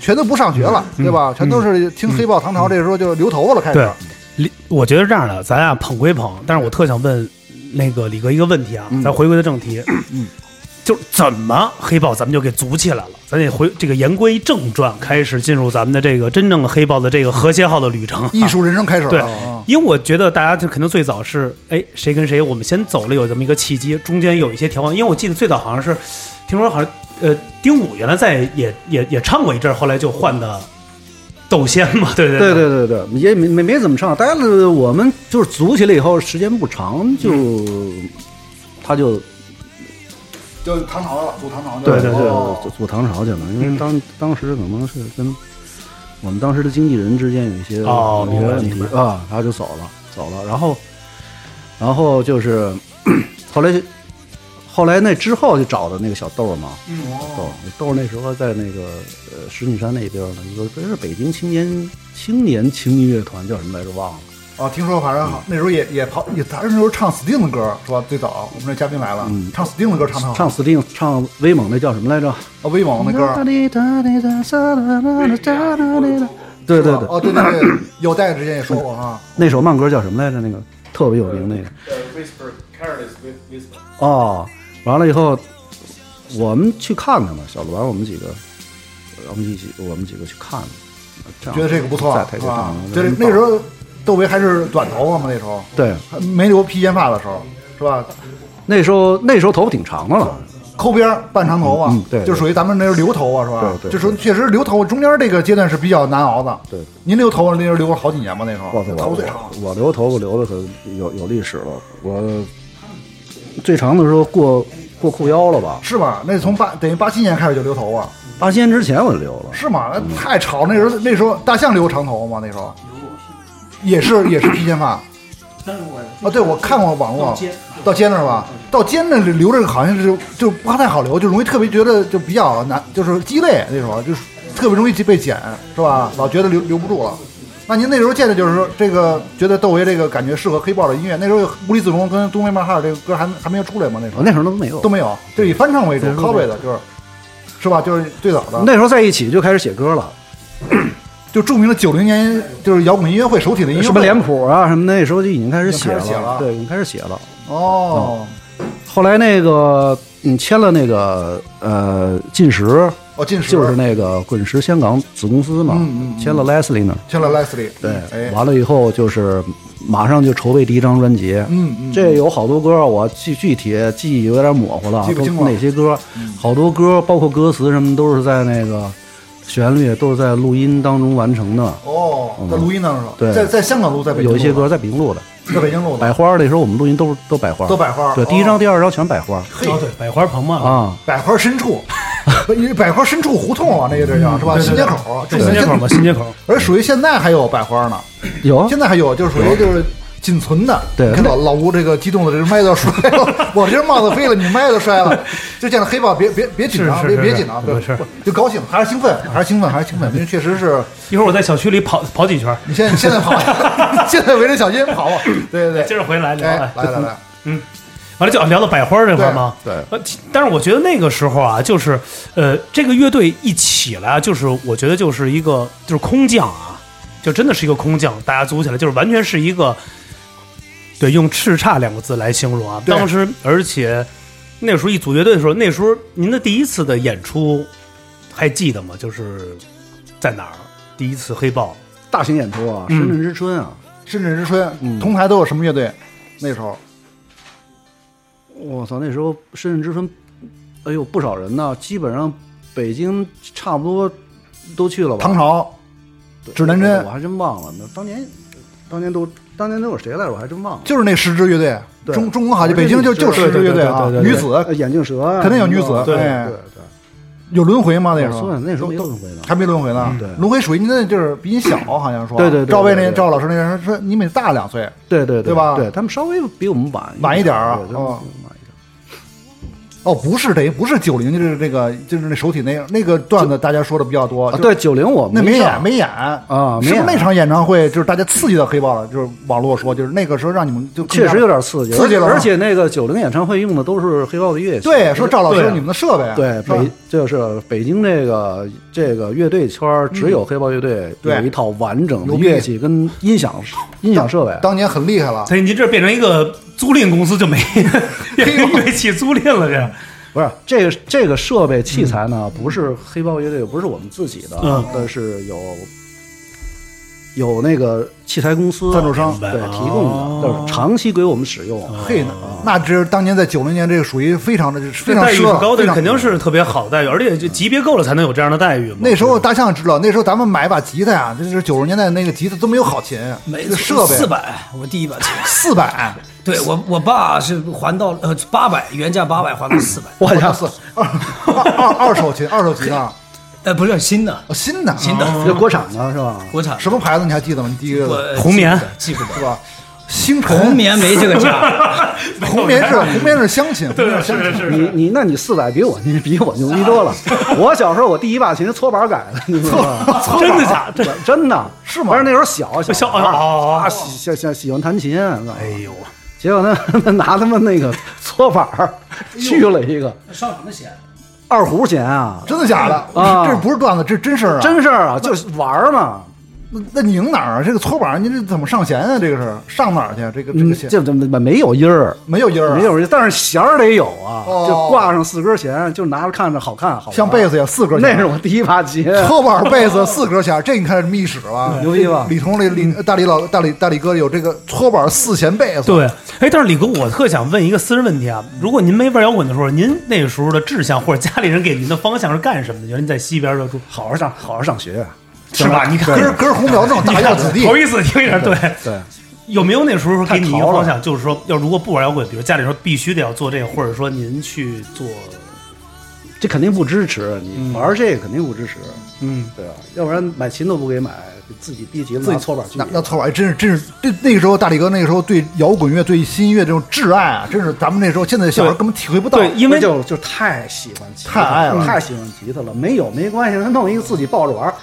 S2: 全都不上学了，
S5: 嗯
S2: 对吧？全都是听黑豹、唐朝这时候就留头发了，开始
S1: 对。李，我觉得是这样的，咱俩捧归捧，但是我特想问那个李哥一个问题啊，
S2: 嗯
S1: 咱回归到正题，嗯，就是怎么黑豹咱们就给组起来了？咱得回这个言归正传，开始进入咱们的这个真正的黑豹的这个和谐号的旅程。
S2: 艺术人生开始
S1: 对
S2: 了。啊
S1: 因为我觉得大家就可能最早是哎谁跟谁，我们先走了有这么一个契机，中间有一些调换。因为我记得最早好像是呃听说好像呃丁武原来在也也也唱过一阵儿，后来就换的窦仙嘛，对对
S5: 对对对对，也没没没怎么唱，但是我们就是组起来以后时间不长，就、他就
S2: 就唐朝了，组唐朝去
S1: 对
S2: 了。
S1: 对对
S2: 哦
S5: 组组唐朝去了，因
S1: 嗯
S5: 为当、当时可能是跟我们当时的经纪人之间有一些
S1: 哦
S5: 有一些问
S1: 明白
S5: 题啊，他就走了走了，然后然后就是后来后来那之后就找的那个小豆儿嘛，
S1: 嗯哦
S5: 豆儿豆儿那时候在那个呃石景山那边呢，一个这是北京青年青年轻音乐团叫什么来着忘了。
S2: 哦，听说反正好，那时候也也跑，也咱那时候唱 Sting 的歌是吧？最早我们这嘉宾来了，唱 Sting 的歌唱
S1: 哦
S2: 唱
S5: 嗯唱 Sting 唱威猛那叫什么来着？
S2: 啊威猛的歌。
S1: 哎
S2: 是吧
S5: 对对对，
S2: 哦对对对，有代之前也说过啊，
S5: 那首慢歌叫什么来着？那个特别有名那个。哦，完了以后，我们去看看吧，小栾我们几个，我们一起我们几个去看看。这样
S2: 觉得这个不错
S5: 嗯在台
S2: 是
S5: 阶上
S2: 吧？就是那时候窦唯还是短头发嘛，那时候
S5: 对，
S2: 还没留披肩发的时候是吧？
S5: 那时候那时候头发挺长的了，
S2: 抠边儿半长头发、
S5: 嗯嗯对
S2: 就属于咱们那是留头啊发是吧？
S5: 对对
S2: 就说确实留头发中间这个阶段是比较难熬的。
S5: 对，
S2: 您留头发那时候留过好几年吧？那时
S5: 我
S2: 候
S5: 操，
S2: 头
S5: 我
S2: 最长，
S5: 我留头发留的可有有历史了，我最长的时候过过裤腰了吧？
S2: 是吧？那从八等于八七年开始就留头啊发，
S5: 八仙之前我就留了。
S2: 是吗？那太潮，那时候那时候大象留长头发吗？那时候也是也是披肩 发。啊，对，我看过网络，到肩那是吧？到肩那留这个好像是就就不太好留，就容易特别觉得就比较难，就是鸡肋那时候，就是特别容易被剪，是吧？老觉得留留不住了。那您那时候见的就是说这个，觉得窦唯这个感觉适合黑豹的音乐。那时候有无地自容跟东非曼哈尔这个歌还没还没有出来吗？那时
S5: 我
S2: 候
S5: 那时候都没有
S2: 都，没有，就以翻唱为主
S5: 对对对
S2: ，cover 的就是，是吧？就是最早的，
S5: 那时候在一起就开始写歌了，
S2: 就著名的九零年就是摇滚音乐会首体的音乐会，
S5: 什么脸谱啊什么，那时候就已经开始写
S2: 已经开始写了
S5: 对，已经开始写了。
S2: 哦
S5: 后来那个嗯签了那个呃进石，
S2: 哦，进时
S5: 嗯就是那个滚石香港子公司嘛，
S2: 嗯嗯嗯
S5: 签了 Leslie 呢，
S2: 签了 Leslie，
S5: 对，
S2: 哎，
S5: 完了以后就是马上就筹备第一张专辑，
S2: 嗯嗯，
S5: 这有好多歌，我具具体记忆有点模糊了，啊
S2: 记不
S5: 都
S2: 清了嗯
S5: 哪些歌，好多歌包括歌词什么都是在那个旋律都是在录音当中完成的，
S2: 哦，在录音当中，
S5: 嗯对
S2: 在在香港录，在北京录
S5: 有一些歌在哎北京录的。
S2: 在北京录的，
S5: 百花儿那时候我们录音都是都百花儿，
S2: 都百花儿
S5: 对，
S2: 哦
S5: 第一张、第二张全百花儿
S1: 对，哦对，百花棚嘛，
S5: 啊。
S2: 百花深处， 不因为百花深处胡同啊，那个地儿
S5: 嗯
S2: 叫是吧？新街口，这
S1: 新街口嘛，新街口。
S2: 而属于现在还有百花呢，
S5: 有啊
S2: 现在还有，就是属于就是。仅存的，
S5: 对
S2: 你看老老吴这个激动的，这麦都要摔了， 我这帽子飞了，你麦都摔了，就见了黑豹，别别别紧张，
S1: 是
S2: 别
S1: 是
S2: 别
S1: 是
S2: 紧张，
S1: 没
S2: 对
S1: 事，
S2: 就高兴，还是兴奋，还是兴奋，还是兴
S5: 嗯
S2: 奋，因为确实是
S1: 一会儿我在小区里跑跑几圈儿，
S2: 你现在现在跑，啊 现在围着小金跑，啊对对
S1: 接
S2: 对，
S1: 着回来聊。
S2: 哎，
S1: 哎
S5: 啊
S2: 来来 来，
S1: 完了就啊聊到百花这块儿吗？
S2: 对对
S1: 呃。其但是我觉得那个时候啊，就是呃，这个乐队一起来啊，就是我觉得就是一个就是空降啊，就真的是一个空降，大家组起来就是完全是一个，对，用叱咤两个字来形容啊。
S2: 对
S1: 当时而且那时候一组乐队的时候，那时候您的第一次的演出还记得吗？就是在哪儿？第一次黑豹
S5: 大型演出啊，
S1: 嗯
S5: 深圳之春啊，
S2: 甚至之春，同台都有什么乐队？那时候嗯
S5: 我操，那时候深圳之春，哎呦，不少人呢，基本上北京差不多都去了吧。
S2: 唐朝
S5: 对
S2: 指南针
S5: 我还真忘了，那当年当年都当年都有谁来着？我还真忘了。
S2: 就是那十支乐队，
S5: 对
S2: 中中国好像北京就就十支乐队啊，女子
S5: 呃眼镜蛇啊，
S2: 肯定有女子
S5: 对
S2: 哎
S5: 对对。
S2: 有轮回吗？那时
S5: 我说
S2: 候
S5: 呢哦那时候没有轮回呢，
S2: 还没轮回呢
S5: 嗯对，
S2: 轮回属于您那就是比你小，好像说
S5: 对对对对
S2: 赵薇那
S5: 对对
S2: 赵老师那人说你比大两岁，
S5: 对对
S2: 对吧
S5: 对他们稍微比我们晚
S2: 晚一点儿啊
S5: 对他们
S2: 哦
S5: 比我们晚一点儿。
S2: 哦，不是等于不是九零，就是这个就是那手体那那个段子，大家说的比较多。
S5: 啊
S2: 就
S5: 对，九零我
S2: 那没
S5: 上
S2: 演没演
S5: 啊没
S2: 是不是
S5: 演
S2: 那场演唱会就是大家刺激到黑豹了？就是网络说，就是那个时候让你们就更
S5: 确
S2: 加
S5: 实有点刺激，
S2: 刺激了啊
S5: 而且那个九零演唱会用的都是黑豹的乐器。
S2: 对，说赵老
S1: 对
S2: 师
S1: 啊
S2: 你们的设备
S5: 对
S2: 是吧
S5: 北就是北京这个这个乐队圈儿只有黑豹乐队
S2: 嗯对
S5: 有一套完整的
S2: 牛逼
S5: 乐器跟音响音响设备。
S2: 当年很厉害了，
S1: 所以你这变成一个租赁公司 就没变成乐器租赁了，这
S5: 不是这个这个设备
S2: 嗯
S5: 器材呢，不是黑豹乐队，不是我们自己的，
S1: 嗯
S5: 但是有有那个器材公司
S2: 赞助商
S5: 对提供的，就是长期给我们使用。
S2: 嘿，那这是当年在九零年这个属于非常的
S1: 这
S2: 非常
S1: 待遇
S2: 奢
S1: 是
S2: 侈
S1: 高的
S2: 非，常
S1: 肯定是特别好的待遇，而且就级别够了才能有这样的待遇嘛。
S2: 那时候大象知道，那时候咱们买把吉他呀，这就是九十年代那个吉他都没有好琴，
S4: 没
S2: 这个设备
S4: 四百，我第一把琴，
S2: 四百，
S4: 对我我爸是还到呃八百，原价八百还到四百，
S2: 我操，啊四二二二手琴，二手吉他，
S4: 呃不是新的，
S2: 哦新的
S4: 新的
S5: 这国产的是吧？
S4: 国产的
S2: 什么牌子你还记得吗？你第一个
S4: 我
S1: 红棉
S4: 记不得，记不
S2: 是
S4: 得
S2: 吧？星辰
S4: 红，棉没这个价，
S2: 红棉是红棉是乡亲，红棉是乡亲，
S5: 你你那你四百比我你比我牛逼多了。我小时候我第一把琴是搓板改的，你知道吗？
S1: 真的假的？
S5: 真的
S2: 是吗
S5: 不是那时候小
S1: 小
S5: 小孩
S1: 哦哦哦
S5: 儿啊，喜喜喜喜欢弹琴，哎
S1: 哎，呦，
S5: 结果呢 拿他们那个搓板儿锯了一个
S4: 上什么啊弦？
S5: 二胡弦啊，
S2: 真的假的？
S5: 啊
S2: 这不是段子，这真事儿啊！
S5: 真事儿啊，就是玩儿嘛。
S2: 那，那你赢哪儿啊？这个搓板儿，您这怎么上弦啊？这个是上哪儿去啊？这个这
S5: 嗯
S2: 个弦
S5: 这这没没有音儿，
S2: 没有音儿啊，
S5: 没有音儿，但是弦儿得有啊，
S2: 哦
S5: 就挂上四根弦，就拿着看着好看，好玩
S2: 像贝斯也四根弦
S5: 那是我第一把琴，
S2: 搓板贝斯四格弦，这你看是秘史了，
S5: 牛逼 吧
S2: 李彤这李大李老大李大李哥有这个搓板四弦贝斯，
S1: 对，哎，但是李哥，我特想问一个私人问题啊，如果您没玩摇滚的时候，您那时候的志向或者家里人给您的方向是干什么的？就是您在西边就住，
S5: 好好上好好上学。
S1: 是吧？你看，
S2: 根根红苗正大药子弟
S1: 头，一次听一下，对
S5: 对。
S1: 有没有那时候给你一
S5: 太
S1: 个
S5: 淘了
S1: 方向，就是说，要如果不玩摇滚，比如家里说必须得要做这个，或者说您去做，
S5: 这肯定不支持，你玩这个肯定不支持，
S1: 嗯，
S5: 对吧？要不然买琴都不给买，自己逼急了拿搓板去
S2: 那。那搓板哎真是真是对那个时候大李哥那个时候对摇滚乐对新音乐这种挚爱啊，真是咱们那时候现在小孩根本体会不到。
S1: 对，因为
S5: 就就太喜欢吉他，
S2: 太爱了
S5: 太喜欢吉他了。没有没关系，他弄一个自己抱着玩儿。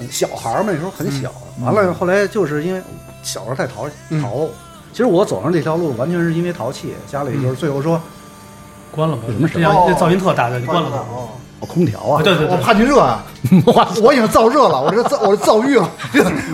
S5: 嗯小孩儿嘛，那时候很小，完了后来就是因为小时候太淘淘。其实我走上这条路完全是因为淘气，家里就是最后说
S1: 关了吧，
S5: 什么
S1: 这样
S2: 哦
S1: 这噪音特大的，你关了吧。
S2: 哦
S5: 我空调啊，
S1: 对对
S2: 我
S1: 对，
S2: 怕您热啊！我已经燥热了，我这 燥我这燥郁了，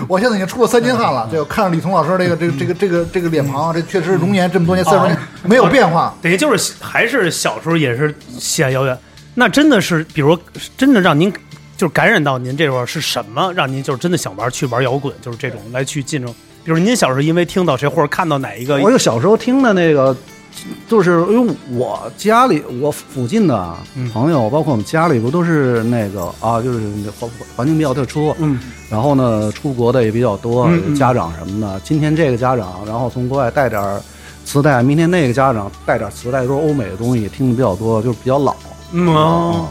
S2: 我现在已经出了三斤汗了。对，我看着李彤老师这个这个这个这个这个脸庞啊，这确实容颜这么多年三十多年没有变化。
S1: 等于就是还是小时候也是喜爱遥远。那真的是，比如真的让您就是感染到您这会儿是什么，让您就是真的想玩去玩摇滚，就是这种来去进入。比如您小时候因为听到谁或者看到哪一个
S5: 我有小时候听的那个，就是因为我家里我附近的啊
S1: 嗯
S5: 朋友，包括我们家里不都是那个啊，就是环环境比较特殊，
S1: 嗯，
S5: 然后呢出国的也比较多
S1: 嗯，嗯
S5: 家长什么的，今天这个家长，然后从国外带点儿磁带，明天那个家长带点儿磁带，都是欧美的东西，听的比较多，就是比较老，
S1: 嗯
S5: 啊
S1: 哦，，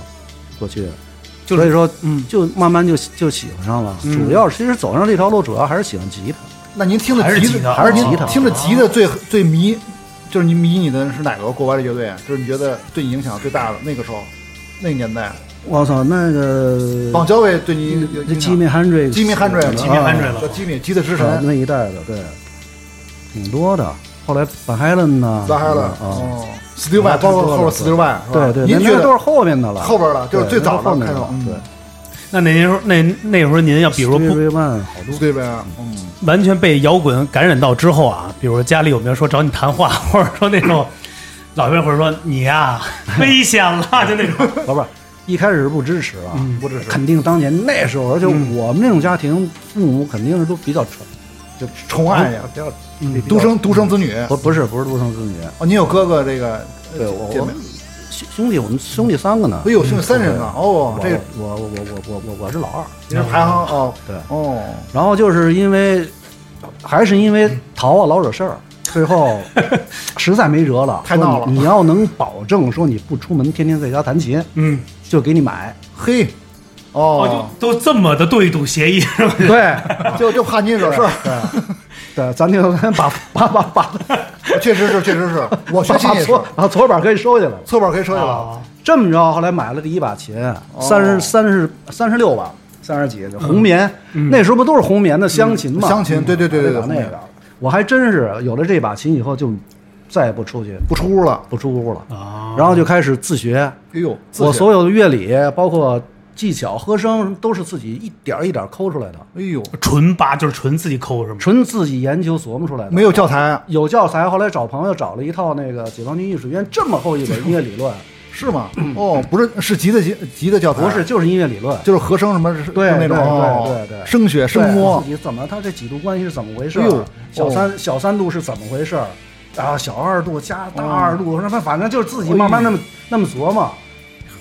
S5: 过去，
S1: 就是
S5: 所以说
S1: 嗯
S5: 就慢慢就就喜欢上了，
S1: 嗯
S5: 主要其实走上这条路，主要还是喜欢吉他。
S2: 那您听的
S1: 还是
S2: 吉
S1: 吉
S2: 他，
S1: 他
S2: 还是您
S1: 哦吉他
S2: 听着吉的最最迷，就是您迷你的是哪个国外的乐队啊？就是你觉得对你影响最大的那个时候，那个年代，
S5: 我操，那个
S2: 邦乔维对你有
S5: 这
S2: 影响
S5: 嗯吉米汉瑞，
S2: 吉米汉瑞
S1: 吉米汉瑞了
S2: 叫吉米吉他之
S5: 啊
S2: 神，
S5: 那一代的，对，挺多的。后来反海伦呢？
S2: 拉黑了
S5: 啊，
S2: 哦，Steve Y，包括后边 Steve Y 是吧？
S5: 对对，
S2: 您
S5: 那
S2: 觉
S5: 那都
S2: 得
S5: 是后面的了，
S2: 后边的，就是
S5: 对
S2: 最早
S5: 那都是
S2: 的
S5: 后面
S2: 开
S5: 的
S2: 头，嗯
S5: 对，
S1: 那那时候那那时候您要比如说不
S5: Stevie Wonder 好多。
S2: 对呗，嗯，
S1: 完全被摇滚感染到之后啊，比如说家里有没有说找你谈话， 或者说那种老一辈会儿说你呀、危险了，就那种。
S5: 不是不是，一开始是不支持啊，
S1: 嗯
S2: 不支持。嗯
S5: 肯定当年那时候，而且我们那种家庭，父母肯定是都比较传
S2: 就宠爱
S5: 嗯
S2: 呀，叫独生独生子女。
S5: 不不是不是独生子女，
S2: 哦，你有哥哥这个呃
S5: 对我
S2: 姐
S5: 我
S2: 妹
S5: 们，兄兄弟我们兄弟三个呢
S2: 哎，呦，兄弟三人啊，哦
S5: 我，
S2: 这个
S5: 我我我我我我我是老二，
S2: 你是排行哦，
S5: 对
S2: 哦，
S5: 然后就是因为还是因为淘啊老惹 事儿，最后实在没辙了，
S2: 太闹了
S5: 说你你要能保证说你不出门，天天在家弹琴，
S1: 嗯，
S5: 就给你 买。
S2: 嘿，哦，
S1: 就都这么的对赌协议是吧？
S5: 对
S2: 就就怕你惹事儿，
S5: 对，咱就 咱把把把把
S2: 确实是，确实是， 我学琴
S5: 把
S2: 也是，
S5: 左把左板可以收起来了。
S2: 侧板可以收起来了，
S5: 这么着，后来买了第一把琴，
S2: 哦
S5: 三十三十三十六吧，三十几，红棉。那时候不都是红棉的香琴吗？
S2: 嗯嗯香琴对对对对对
S5: 那个，我还真是有了这把琴以后，就再也不出去，
S2: 不出屋了，
S5: 不出屋了。然后就开始自学，
S2: 哎呦，哦自
S5: 我
S2: 学
S5: 所有的乐理，包括技巧、和声，都是自己一点儿一点儿抠出来的，
S2: 哎呦，
S1: 纯扒就是纯自己抠是吗？
S5: 纯自己研究琢磨出来的。
S2: 没有教材
S5: 有教材，后来找朋友找了一套那个解放军艺术院这么厚一本音乐理
S2: 哎
S5: 论，
S2: 是吗？哦，不是，是吉的吉吉的教材，
S5: 不是就是音乐理论，
S2: 就是和声什么
S5: 对
S2: 就那种
S5: 对
S2: 哦
S5: 对对对
S2: 声学声
S5: 对
S2: 摸
S5: 自己怎么它这几度关系是怎么回事
S2: 哎呦
S5: 儿？小三小三度是怎么回事儿？然后小二度加
S2: 哦
S5: 大二度，那反正就是自己慢慢那么那么琢磨。
S2: 哎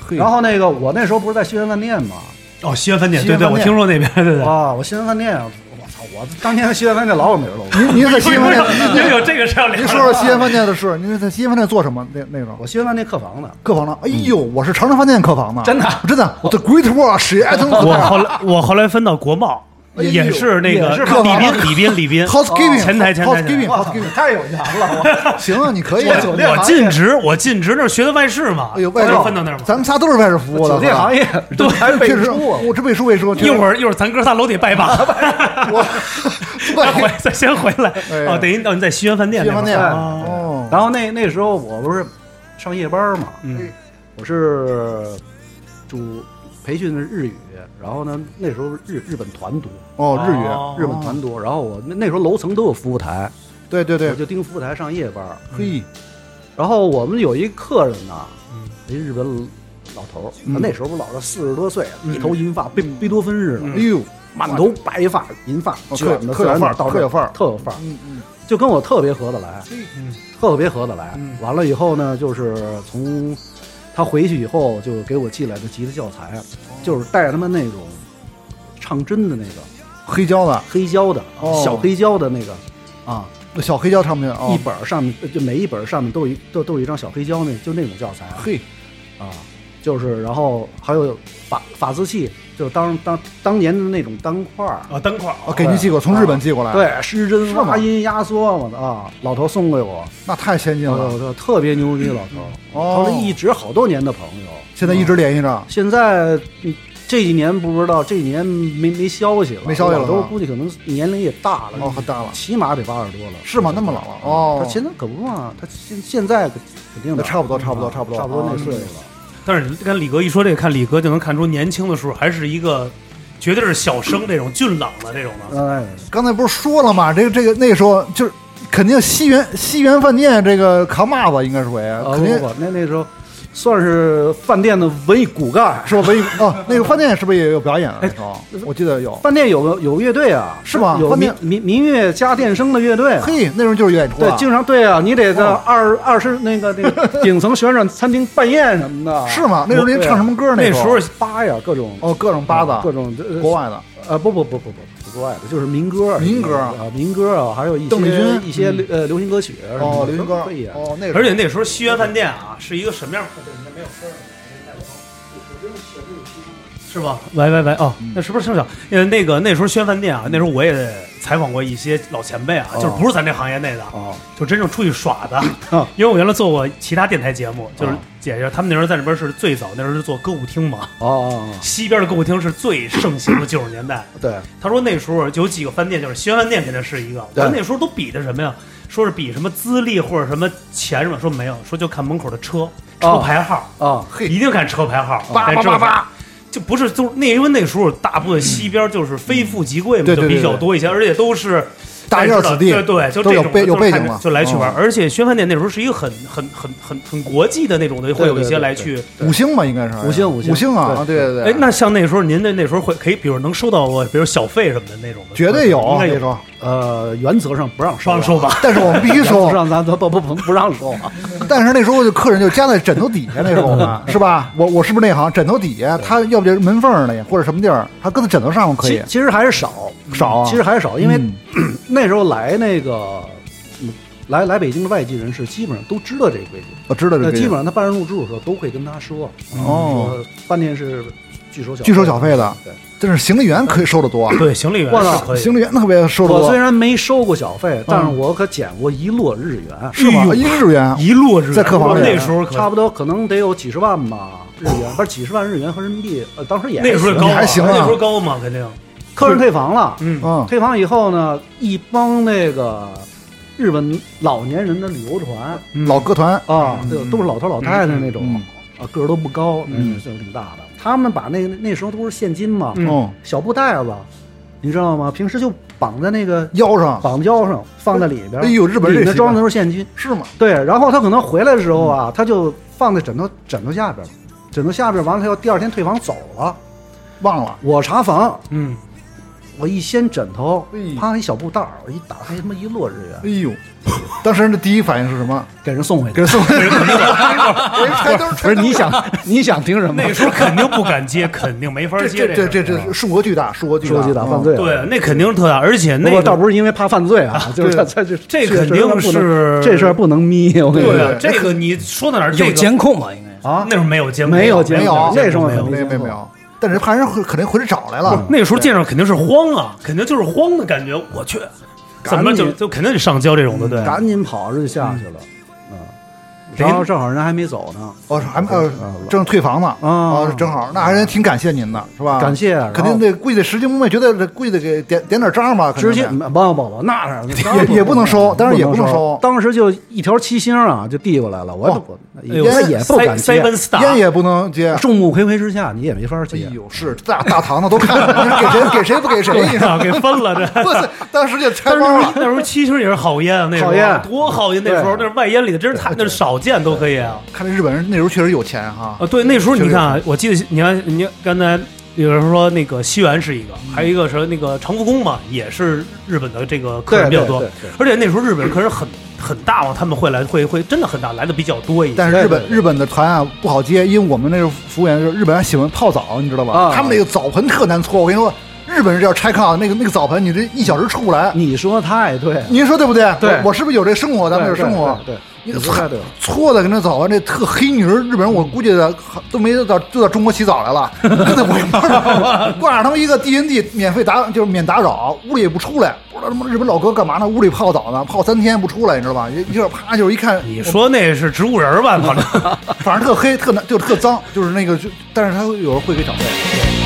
S2: 嘿
S5: 然后那个我那时候不是在西园饭店嘛，
S1: 哦，西安饭店，
S5: 西
S1: 对
S5: 安
S1: 对，
S5: 饭
S1: 我
S5: 店
S1: 听说那边，对对。
S5: 啊，我西园饭店，我操，我当年在西园饭店老有名了。我
S2: 您您在西安饭店，
S1: 也有这个事儿，
S2: 您说说西安饭店的事，您在西安饭店做什么？那那种
S5: 我西园饭店客房的，
S2: 客房呢？哎呦，我是长城饭店客房呢，
S4: 真的
S2: 真的，我的 Great Wall 史爱腾
S1: 我后来我后来分到国贸，
S2: 哎呦
S1: 也是那个
S5: 也是
S1: 李斌李斌李斌
S2: Housekeeping
S1: 前台前台前台
S2: Housekeeping
S5: 哇操
S2: Housekeeping，
S5: 太有缘 了。
S2: 行啊，你可以啊。
S5: 我
S1: 我尽职，我尽职那儿学的外事嘛，
S2: 哎呦，外
S1: 我
S2: 事
S1: 就分到那儿嘛。
S2: 咱们仨都是外事服务
S5: 我
S2: 的，
S5: 酒店行业
S1: 对
S5: 还是被
S2: 确实，
S5: 出啊。
S2: 我这背书背书，
S1: 一会儿一会儿咱哥仨楼底拜 把，
S2: 我
S1: 再回再先回来
S2: 哎。
S1: 哦，等于哦你在西安饭店
S2: 西
S1: 那
S2: 安
S1: 会儿，
S2: 饭店
S1: 哦
S2: 哦，
S5: 然后那那时候我不是上夜班嘛，
S1: 嗯，
S5: 我是主培训的日语，然后呢那时候日日本团读，
S2: 哦，日语，
S1: 哦
S5: 日本团读，然后我那那时候楼层都有服务台，
S2: 对对
S5: 我
S2: 对，
S5: 就盯服务台上夜班。
S2: 嘿，
S5: 然后我们有一客人呐
S1: 嗯，
S5: 一日本老头儿，
S2: 嗯
S5: 那时候不老是四十多岁，一头银发，贝贝多芬似的，
S2: 哎呦，
S5: 嗯满头白发银发，
S2: 哦
S5: 卷的
S2: 特特有范儿
S5: 到
S2: 特有范儿
S5: 特有范儿，
S2: 嗯嗯，
S5: 就跟我特别合得来。
S1: 嗯
S5: 特别合得来。
S1: 嗯
S5: 完了以后呢，就是从他回去以后，就给我寄来的吉他教材，
S2: 哦
S5: 就是带他们那种唱针的那个
S2: 黑胶的
S5: 黑胶的、
S2: 哦
S5: 小黑胶的那个啊，
S2: 小黑胶唱片哦
S5: 一，本儿上面就每一本儿上面都有一都都有一张小黑胶那就那种教材
S2: 嘿，
S5: 啊，就是然后还有法法字器，就当当当年的那种单块儿。
S1: 哦，灯块，
S2: 哦，给您寄过，从日本寄过来，，
S5: 对，失
S2: 哎是
S5: 真、
S2: 吗
S5: 发音、压缩，我的啊，老头送给我，
S2: 那太先进
S5: 我
S2: 了，
S5: 我特别牛逼，老头，
S2: 哦
S5: 哦他是一直好多年的朋友，
S2: 现在一直联系着，
S5: 现在嗯这几年不知道，这几年没没消息了，
S2: 没消息了
S5: 老头
S2: 是
S5: 儿
S2: 吧
S5: 估计可能年龄也大了，
S2: 哦，很大了，
S5: 起码得八十多了，嗯
S2: 是吗？那么老了哦
S5: 他，现在可不嘛，他现现在肯定的，
S2: 差不多差不多
S5: 啊
S2: 差不多
S5: 差不多
S2: 哦
S5: 那岁数了。
S1: 但是跟李哥一说这个，看李哥就能看出年轻的时候还是一个，绝对是小生这种俊朗的这种的。
S5: 哎，
S2: 刚才不是说了吗？这个这个那时候就是肯定西园西园饭店这个扛把子应该是谁？
S5: 啊
S2: 肯定
S5: 不不不，那那时候算是饭店的文艺骨干，
S2: 是吧？文艺哦，那个饭店是不是也有表演啊？那哦时候我记得有，
S5: 饭店有个有乐队啊，
S2: 是吗
S5: 有
S2: 饭
S5: 民
S2: 店
S5: 民民乐加电声的乐队啊。
S2: 嘿，哦那时候就是演出
S5: 对
S2: 啊，，
S5: 经常对啊，你得在
S2: 哇
S5: 二二十那个 那个顶层旋转餐厅办宴什么的，
S2: 啊
S5: 啊
S2: 是吗？那时候您唱什么歌？
S1: 那
S2: 时
S1: 时
S2: 候
S1: 候
S5: 八呀，各种
S2: 哦，各种八
S5: 各
S2: 子，
S5: 种呃
S2: 国外的
S5: 呃，不不不不不，国外的，就是民歌而已，
S2: 民歌
S5: 啊，民歌啊，还有一些
S2: 邓丽君嗯
S5: 一些流呃流行歌曲啊什么
S2: 哦，
S5: 的
S2: 流行
S5: 都
S2: 歌
S5: 可以啊。
S2: 哦，那时候
S1: 而且那时候西园饭店啊，是一个什么样？是吧？喂喂喂！哦，那是不是声响？呃，那个那时候西园饭店啊，那时候我也采访过一些老前辈啊，就是不是咱这行业内的，
S5: 哦，
S1: 就真正出去耍的。因为我原来做过其他电台节目，就是解释他们那时候在那边是最早，那时候是做歌舞厅嘛，
S5: 哦哦，
S1: 西边的歌舞厅是最盛行的九十年代。
S5: 哦对，
S1: 他说那时候有几个饭店，就是西安饭店肯定是一个。
S5: 对
S1: 我那时候都比的什么呀？说是比什么资历或者什么钱什么？说没有，说就看门口的车车
S5: 哦
S1: 牌号，
S5: 啊，
S2: 嘿
S1: 一定看车牌号。
S2: 叭
S1: 才
S2: 叭
S1: 知道
S2: 叭叭，
S1: 就不是就是那因为那时候大部分西边就是非富即贵嘛，
S2: 对对
S1: 就
S2: 对
S1: 比较多一些，而且都是
S2: 大院子弟
S1: 对对，就
S2: 都
S1: 这
S2: 有
S1: 种
S2: 背有
S1: 就是
S2: 背
S1: 看
S2: 景
S1: 着
S2: 了
S1: 就来去玩儿。
S2: 嗯
S1: 而且宣饭店那时候是一个很很很很很国际的那种的，会有一些来去。
S2: 五星嘛，应该是
S5: 五星
S2: 五
S5: 五星
S2: 啊，啊对对对，
S1: 哎，那像那时候您的那时候会可以，比如能收到过，比如小费什么的那种的，
S2: 绝对有
S1: 应该
S2: 那
S1: 有。
S2: 种，
S5: 呃，原则上不让收
S1: 双收吧，
S2: 但是我们必须
S5: 原则
S2: 收，
S5: 上咱咱不不不不让收啊。
S2: 但是那时候就客人就夹在枕头底下，那时候我 们是吧？我我是不是内行？枕头底下，他要不就是门缝里或者什么地儿，他搁在枕头上面可
S5: 其
S2: 以
S5: 其实还是少，
S2: 少
S1: 哦
S2: 啊，
S5: 其实还是少，因为
S2: 嗯
S5: 那时候来那个嗯来来北京的外籍人士，基本上都知道这个规矩。
S2: 我知道这
S5: 那
S2: 个
S5: 呃基本上他办事入住的时候都会跟他说，嗯
S2: 哦，
S5: 说饭店是拒收小
S2: 拒收小费
S1: 啊
S2: 的
S5: 对，
S2: 但是行李员可以收的多啊，
S1: 对，行李员
S5: 我
S1: 是
S5: 操
S1: 可以。
S2: 行李员特别收的
S5: 我
S2: 多，
S5: 虽然没收过小
S1: 嗯
S5: 费，但是我可捡过一摞日元，
S2: 是吗？一日元
S1: 一路是
S2: 在客房里
S1: 哦那时候可
S5: 啊差不多可能得有几十万吧日 元，不是几十万日元和人民币，呃，当时也
S1: 那时候也高啊，
S2: 还行啊
S1: 那时候高嘛，肯定。
S5: 客人退房了，
S1: 嗯，
S2: 嗯，
S5: 退房以后呢，一帮那个日本老年人的旅游团
S1: 嗯
S2: 老歌团
S5: 啊，对，都是老头老太太那种
S2: 嗯，
S5: 啊，个儿都不高，那
S2: 嗯
S5: 岁数挺大的，他们把那个那时候都是现金嘛，
S2: 嗯
S5: 小布袋子，你知道吗？平时就绑在那个
S2: 腰上
S5: 绑腰上，放在里边。
S2: 哎呦日本人这
S5: 里面
S2: 习惯嗯
S5: 装的都是现金。
S2: 是吗？
S5: 对，然后他可能回来的时候啊，他就放在枕头枕头下边，枕头下边完了，他要第二天退房走了。
S2: 忘了，
S5: 我查房，
S1: 嗯，
S5: 我一掀枕头
S2: 哎，
S5: 啪一小布袋儿，我一打开他妈一摞日元
S2: 哎，呦，当时人的第一反应是什 么？哎
S5: 给人送回
S2: 给
S5: 去。
S2: 人送回 去，人揣兜儿
S5: 不是你想你想听什么？
S1: 那时候肯定不敢接，肯定没法
S2: 这
S1: 接
S2: 这这
S1: 这
S2: 这这数额巨大，数额巨大，
S5: 说起打犯
S2: 嗯
S5: 罪，
S1: 对，那肯定是特大，而且
S5: 不
S1: 那
S5: 过
S1: 个
S5: 倒不是因为怕犯罪啊，就是
S2: 对
S5: 他他就
S1: 这肯定
S5: 不能
S1: 是
S5: 这事儿不能眯，我跟你
S1: 对
S5: 说
S1: 啊，这个你说到哪儿
S4: 有
S1: 这个
S4: 监控嘛？应该是
S5: 啊
S1: 那，时候没有监控，
S5: 没有
S1: 监
S5: 监
S2: 没
S5: 控
S2: 有，
S5: 那时候
S1: 没有
S2: 嗯没
S5: 没
S2: 有
S5: 有
S2: 没有没有，但是怕人回肯定回去找来了，
S1: 那时候见着肯定是慌啊，肯定就是慌的感觉。我去，怎么就
S5: 赶紧
S1: 就肯定得上交这种的，对。
S5: 赶紧跑着就下去了，啊嗯，
S1: 人
S5: 然后正好人还没走呢，
S2: 哦，是还没呃
S5: 啊老
S2: 正退房呢，哦
S5: 啊
S2: 正好，那还人挺感谢您的，是吧？
S5: 感，谢，啊
S2: 肯定
S5: 得
S2: 得估计得拾金不昧，觉得这估计得给点点点章吧，
S5: 直接
S2: 肯定
S5: 不不不不，那 是
S2: 得也也不能收，当然也
S5: 不
S2: 能
S5: 收，当时就一条七星啊就递过来了，我
S2: 哇
S5: 我
S1: 哎呦
S5: 我也不敢
S1: 塞塞，
S5: 接
S1: 奔斯达，
S2: 烟也不能接。
S5: 众目睽睽之下你也没法
S2: 哎
S5: 接，
S2: 呦，是大大堂的都看着，你说给谁给谁不给谁，你 说
S1: 啊，给分了这。
S2: 不是？当时就拆
S1: 但
S2: 包
S1: 是
S2: 了，
S1: 那时候七星也是好烟啊，那时候
S5: 好烟
S1: 多好烟！那时候那
S5: 对
S1: 是外烟里的，真是太那是少见都可以啊。
S2: 看来日本人那时候确实有钱哈
S5: 哦
S1: 啊，，对，那时候
S2: 确
S1: 你
S2: 实
S1: 看啊，我记得你看你刚才有人说那个西园是一个，
S5: 嗯
S1: 还有一个是那个长福宫嘛，也是日本的这个客人比较多
S5: 对对对对，
S1: 而且那时候日本客人很很大嘛，他们会来会会真的很大，来的比较多一些。
S2: 但是日本
S5: 对对
S2: 日本的船啊不好接，因为我们那时候服务员就是日本人喜欢泡澡，你知道吧？
S5: 啊
S2: 他们那个澡盆特难搓，我跟你说，日本人要拆炕那个那个澡盆，你这一小时出不来。
S5: 你说太对了，
S2: 您说对不对？
S5: 嗯对
S2: 我我是不是有这生活？咱们有
S5: 对
S2: 生活，
S5: 对，对
S2: 你
S5: 你说太对了，
S2: 搓的跟那澡盆这特黑泥儿，日本人我估计的都没到就到中国洗澡来了，真的我也不知道。挂着他们一个 D N D 免费打就是免打扰，屋里也不出来，不知道他妈日本老哥干嘛呢？屋里泡澡呢，泡三天不出来，你知道吧？一一会儿啪就是一看，
S1: 你说那是植物人儿吧？反正
S2: 反正特黑，特难，就是特脏，就是那个，就但是他有人会给小费。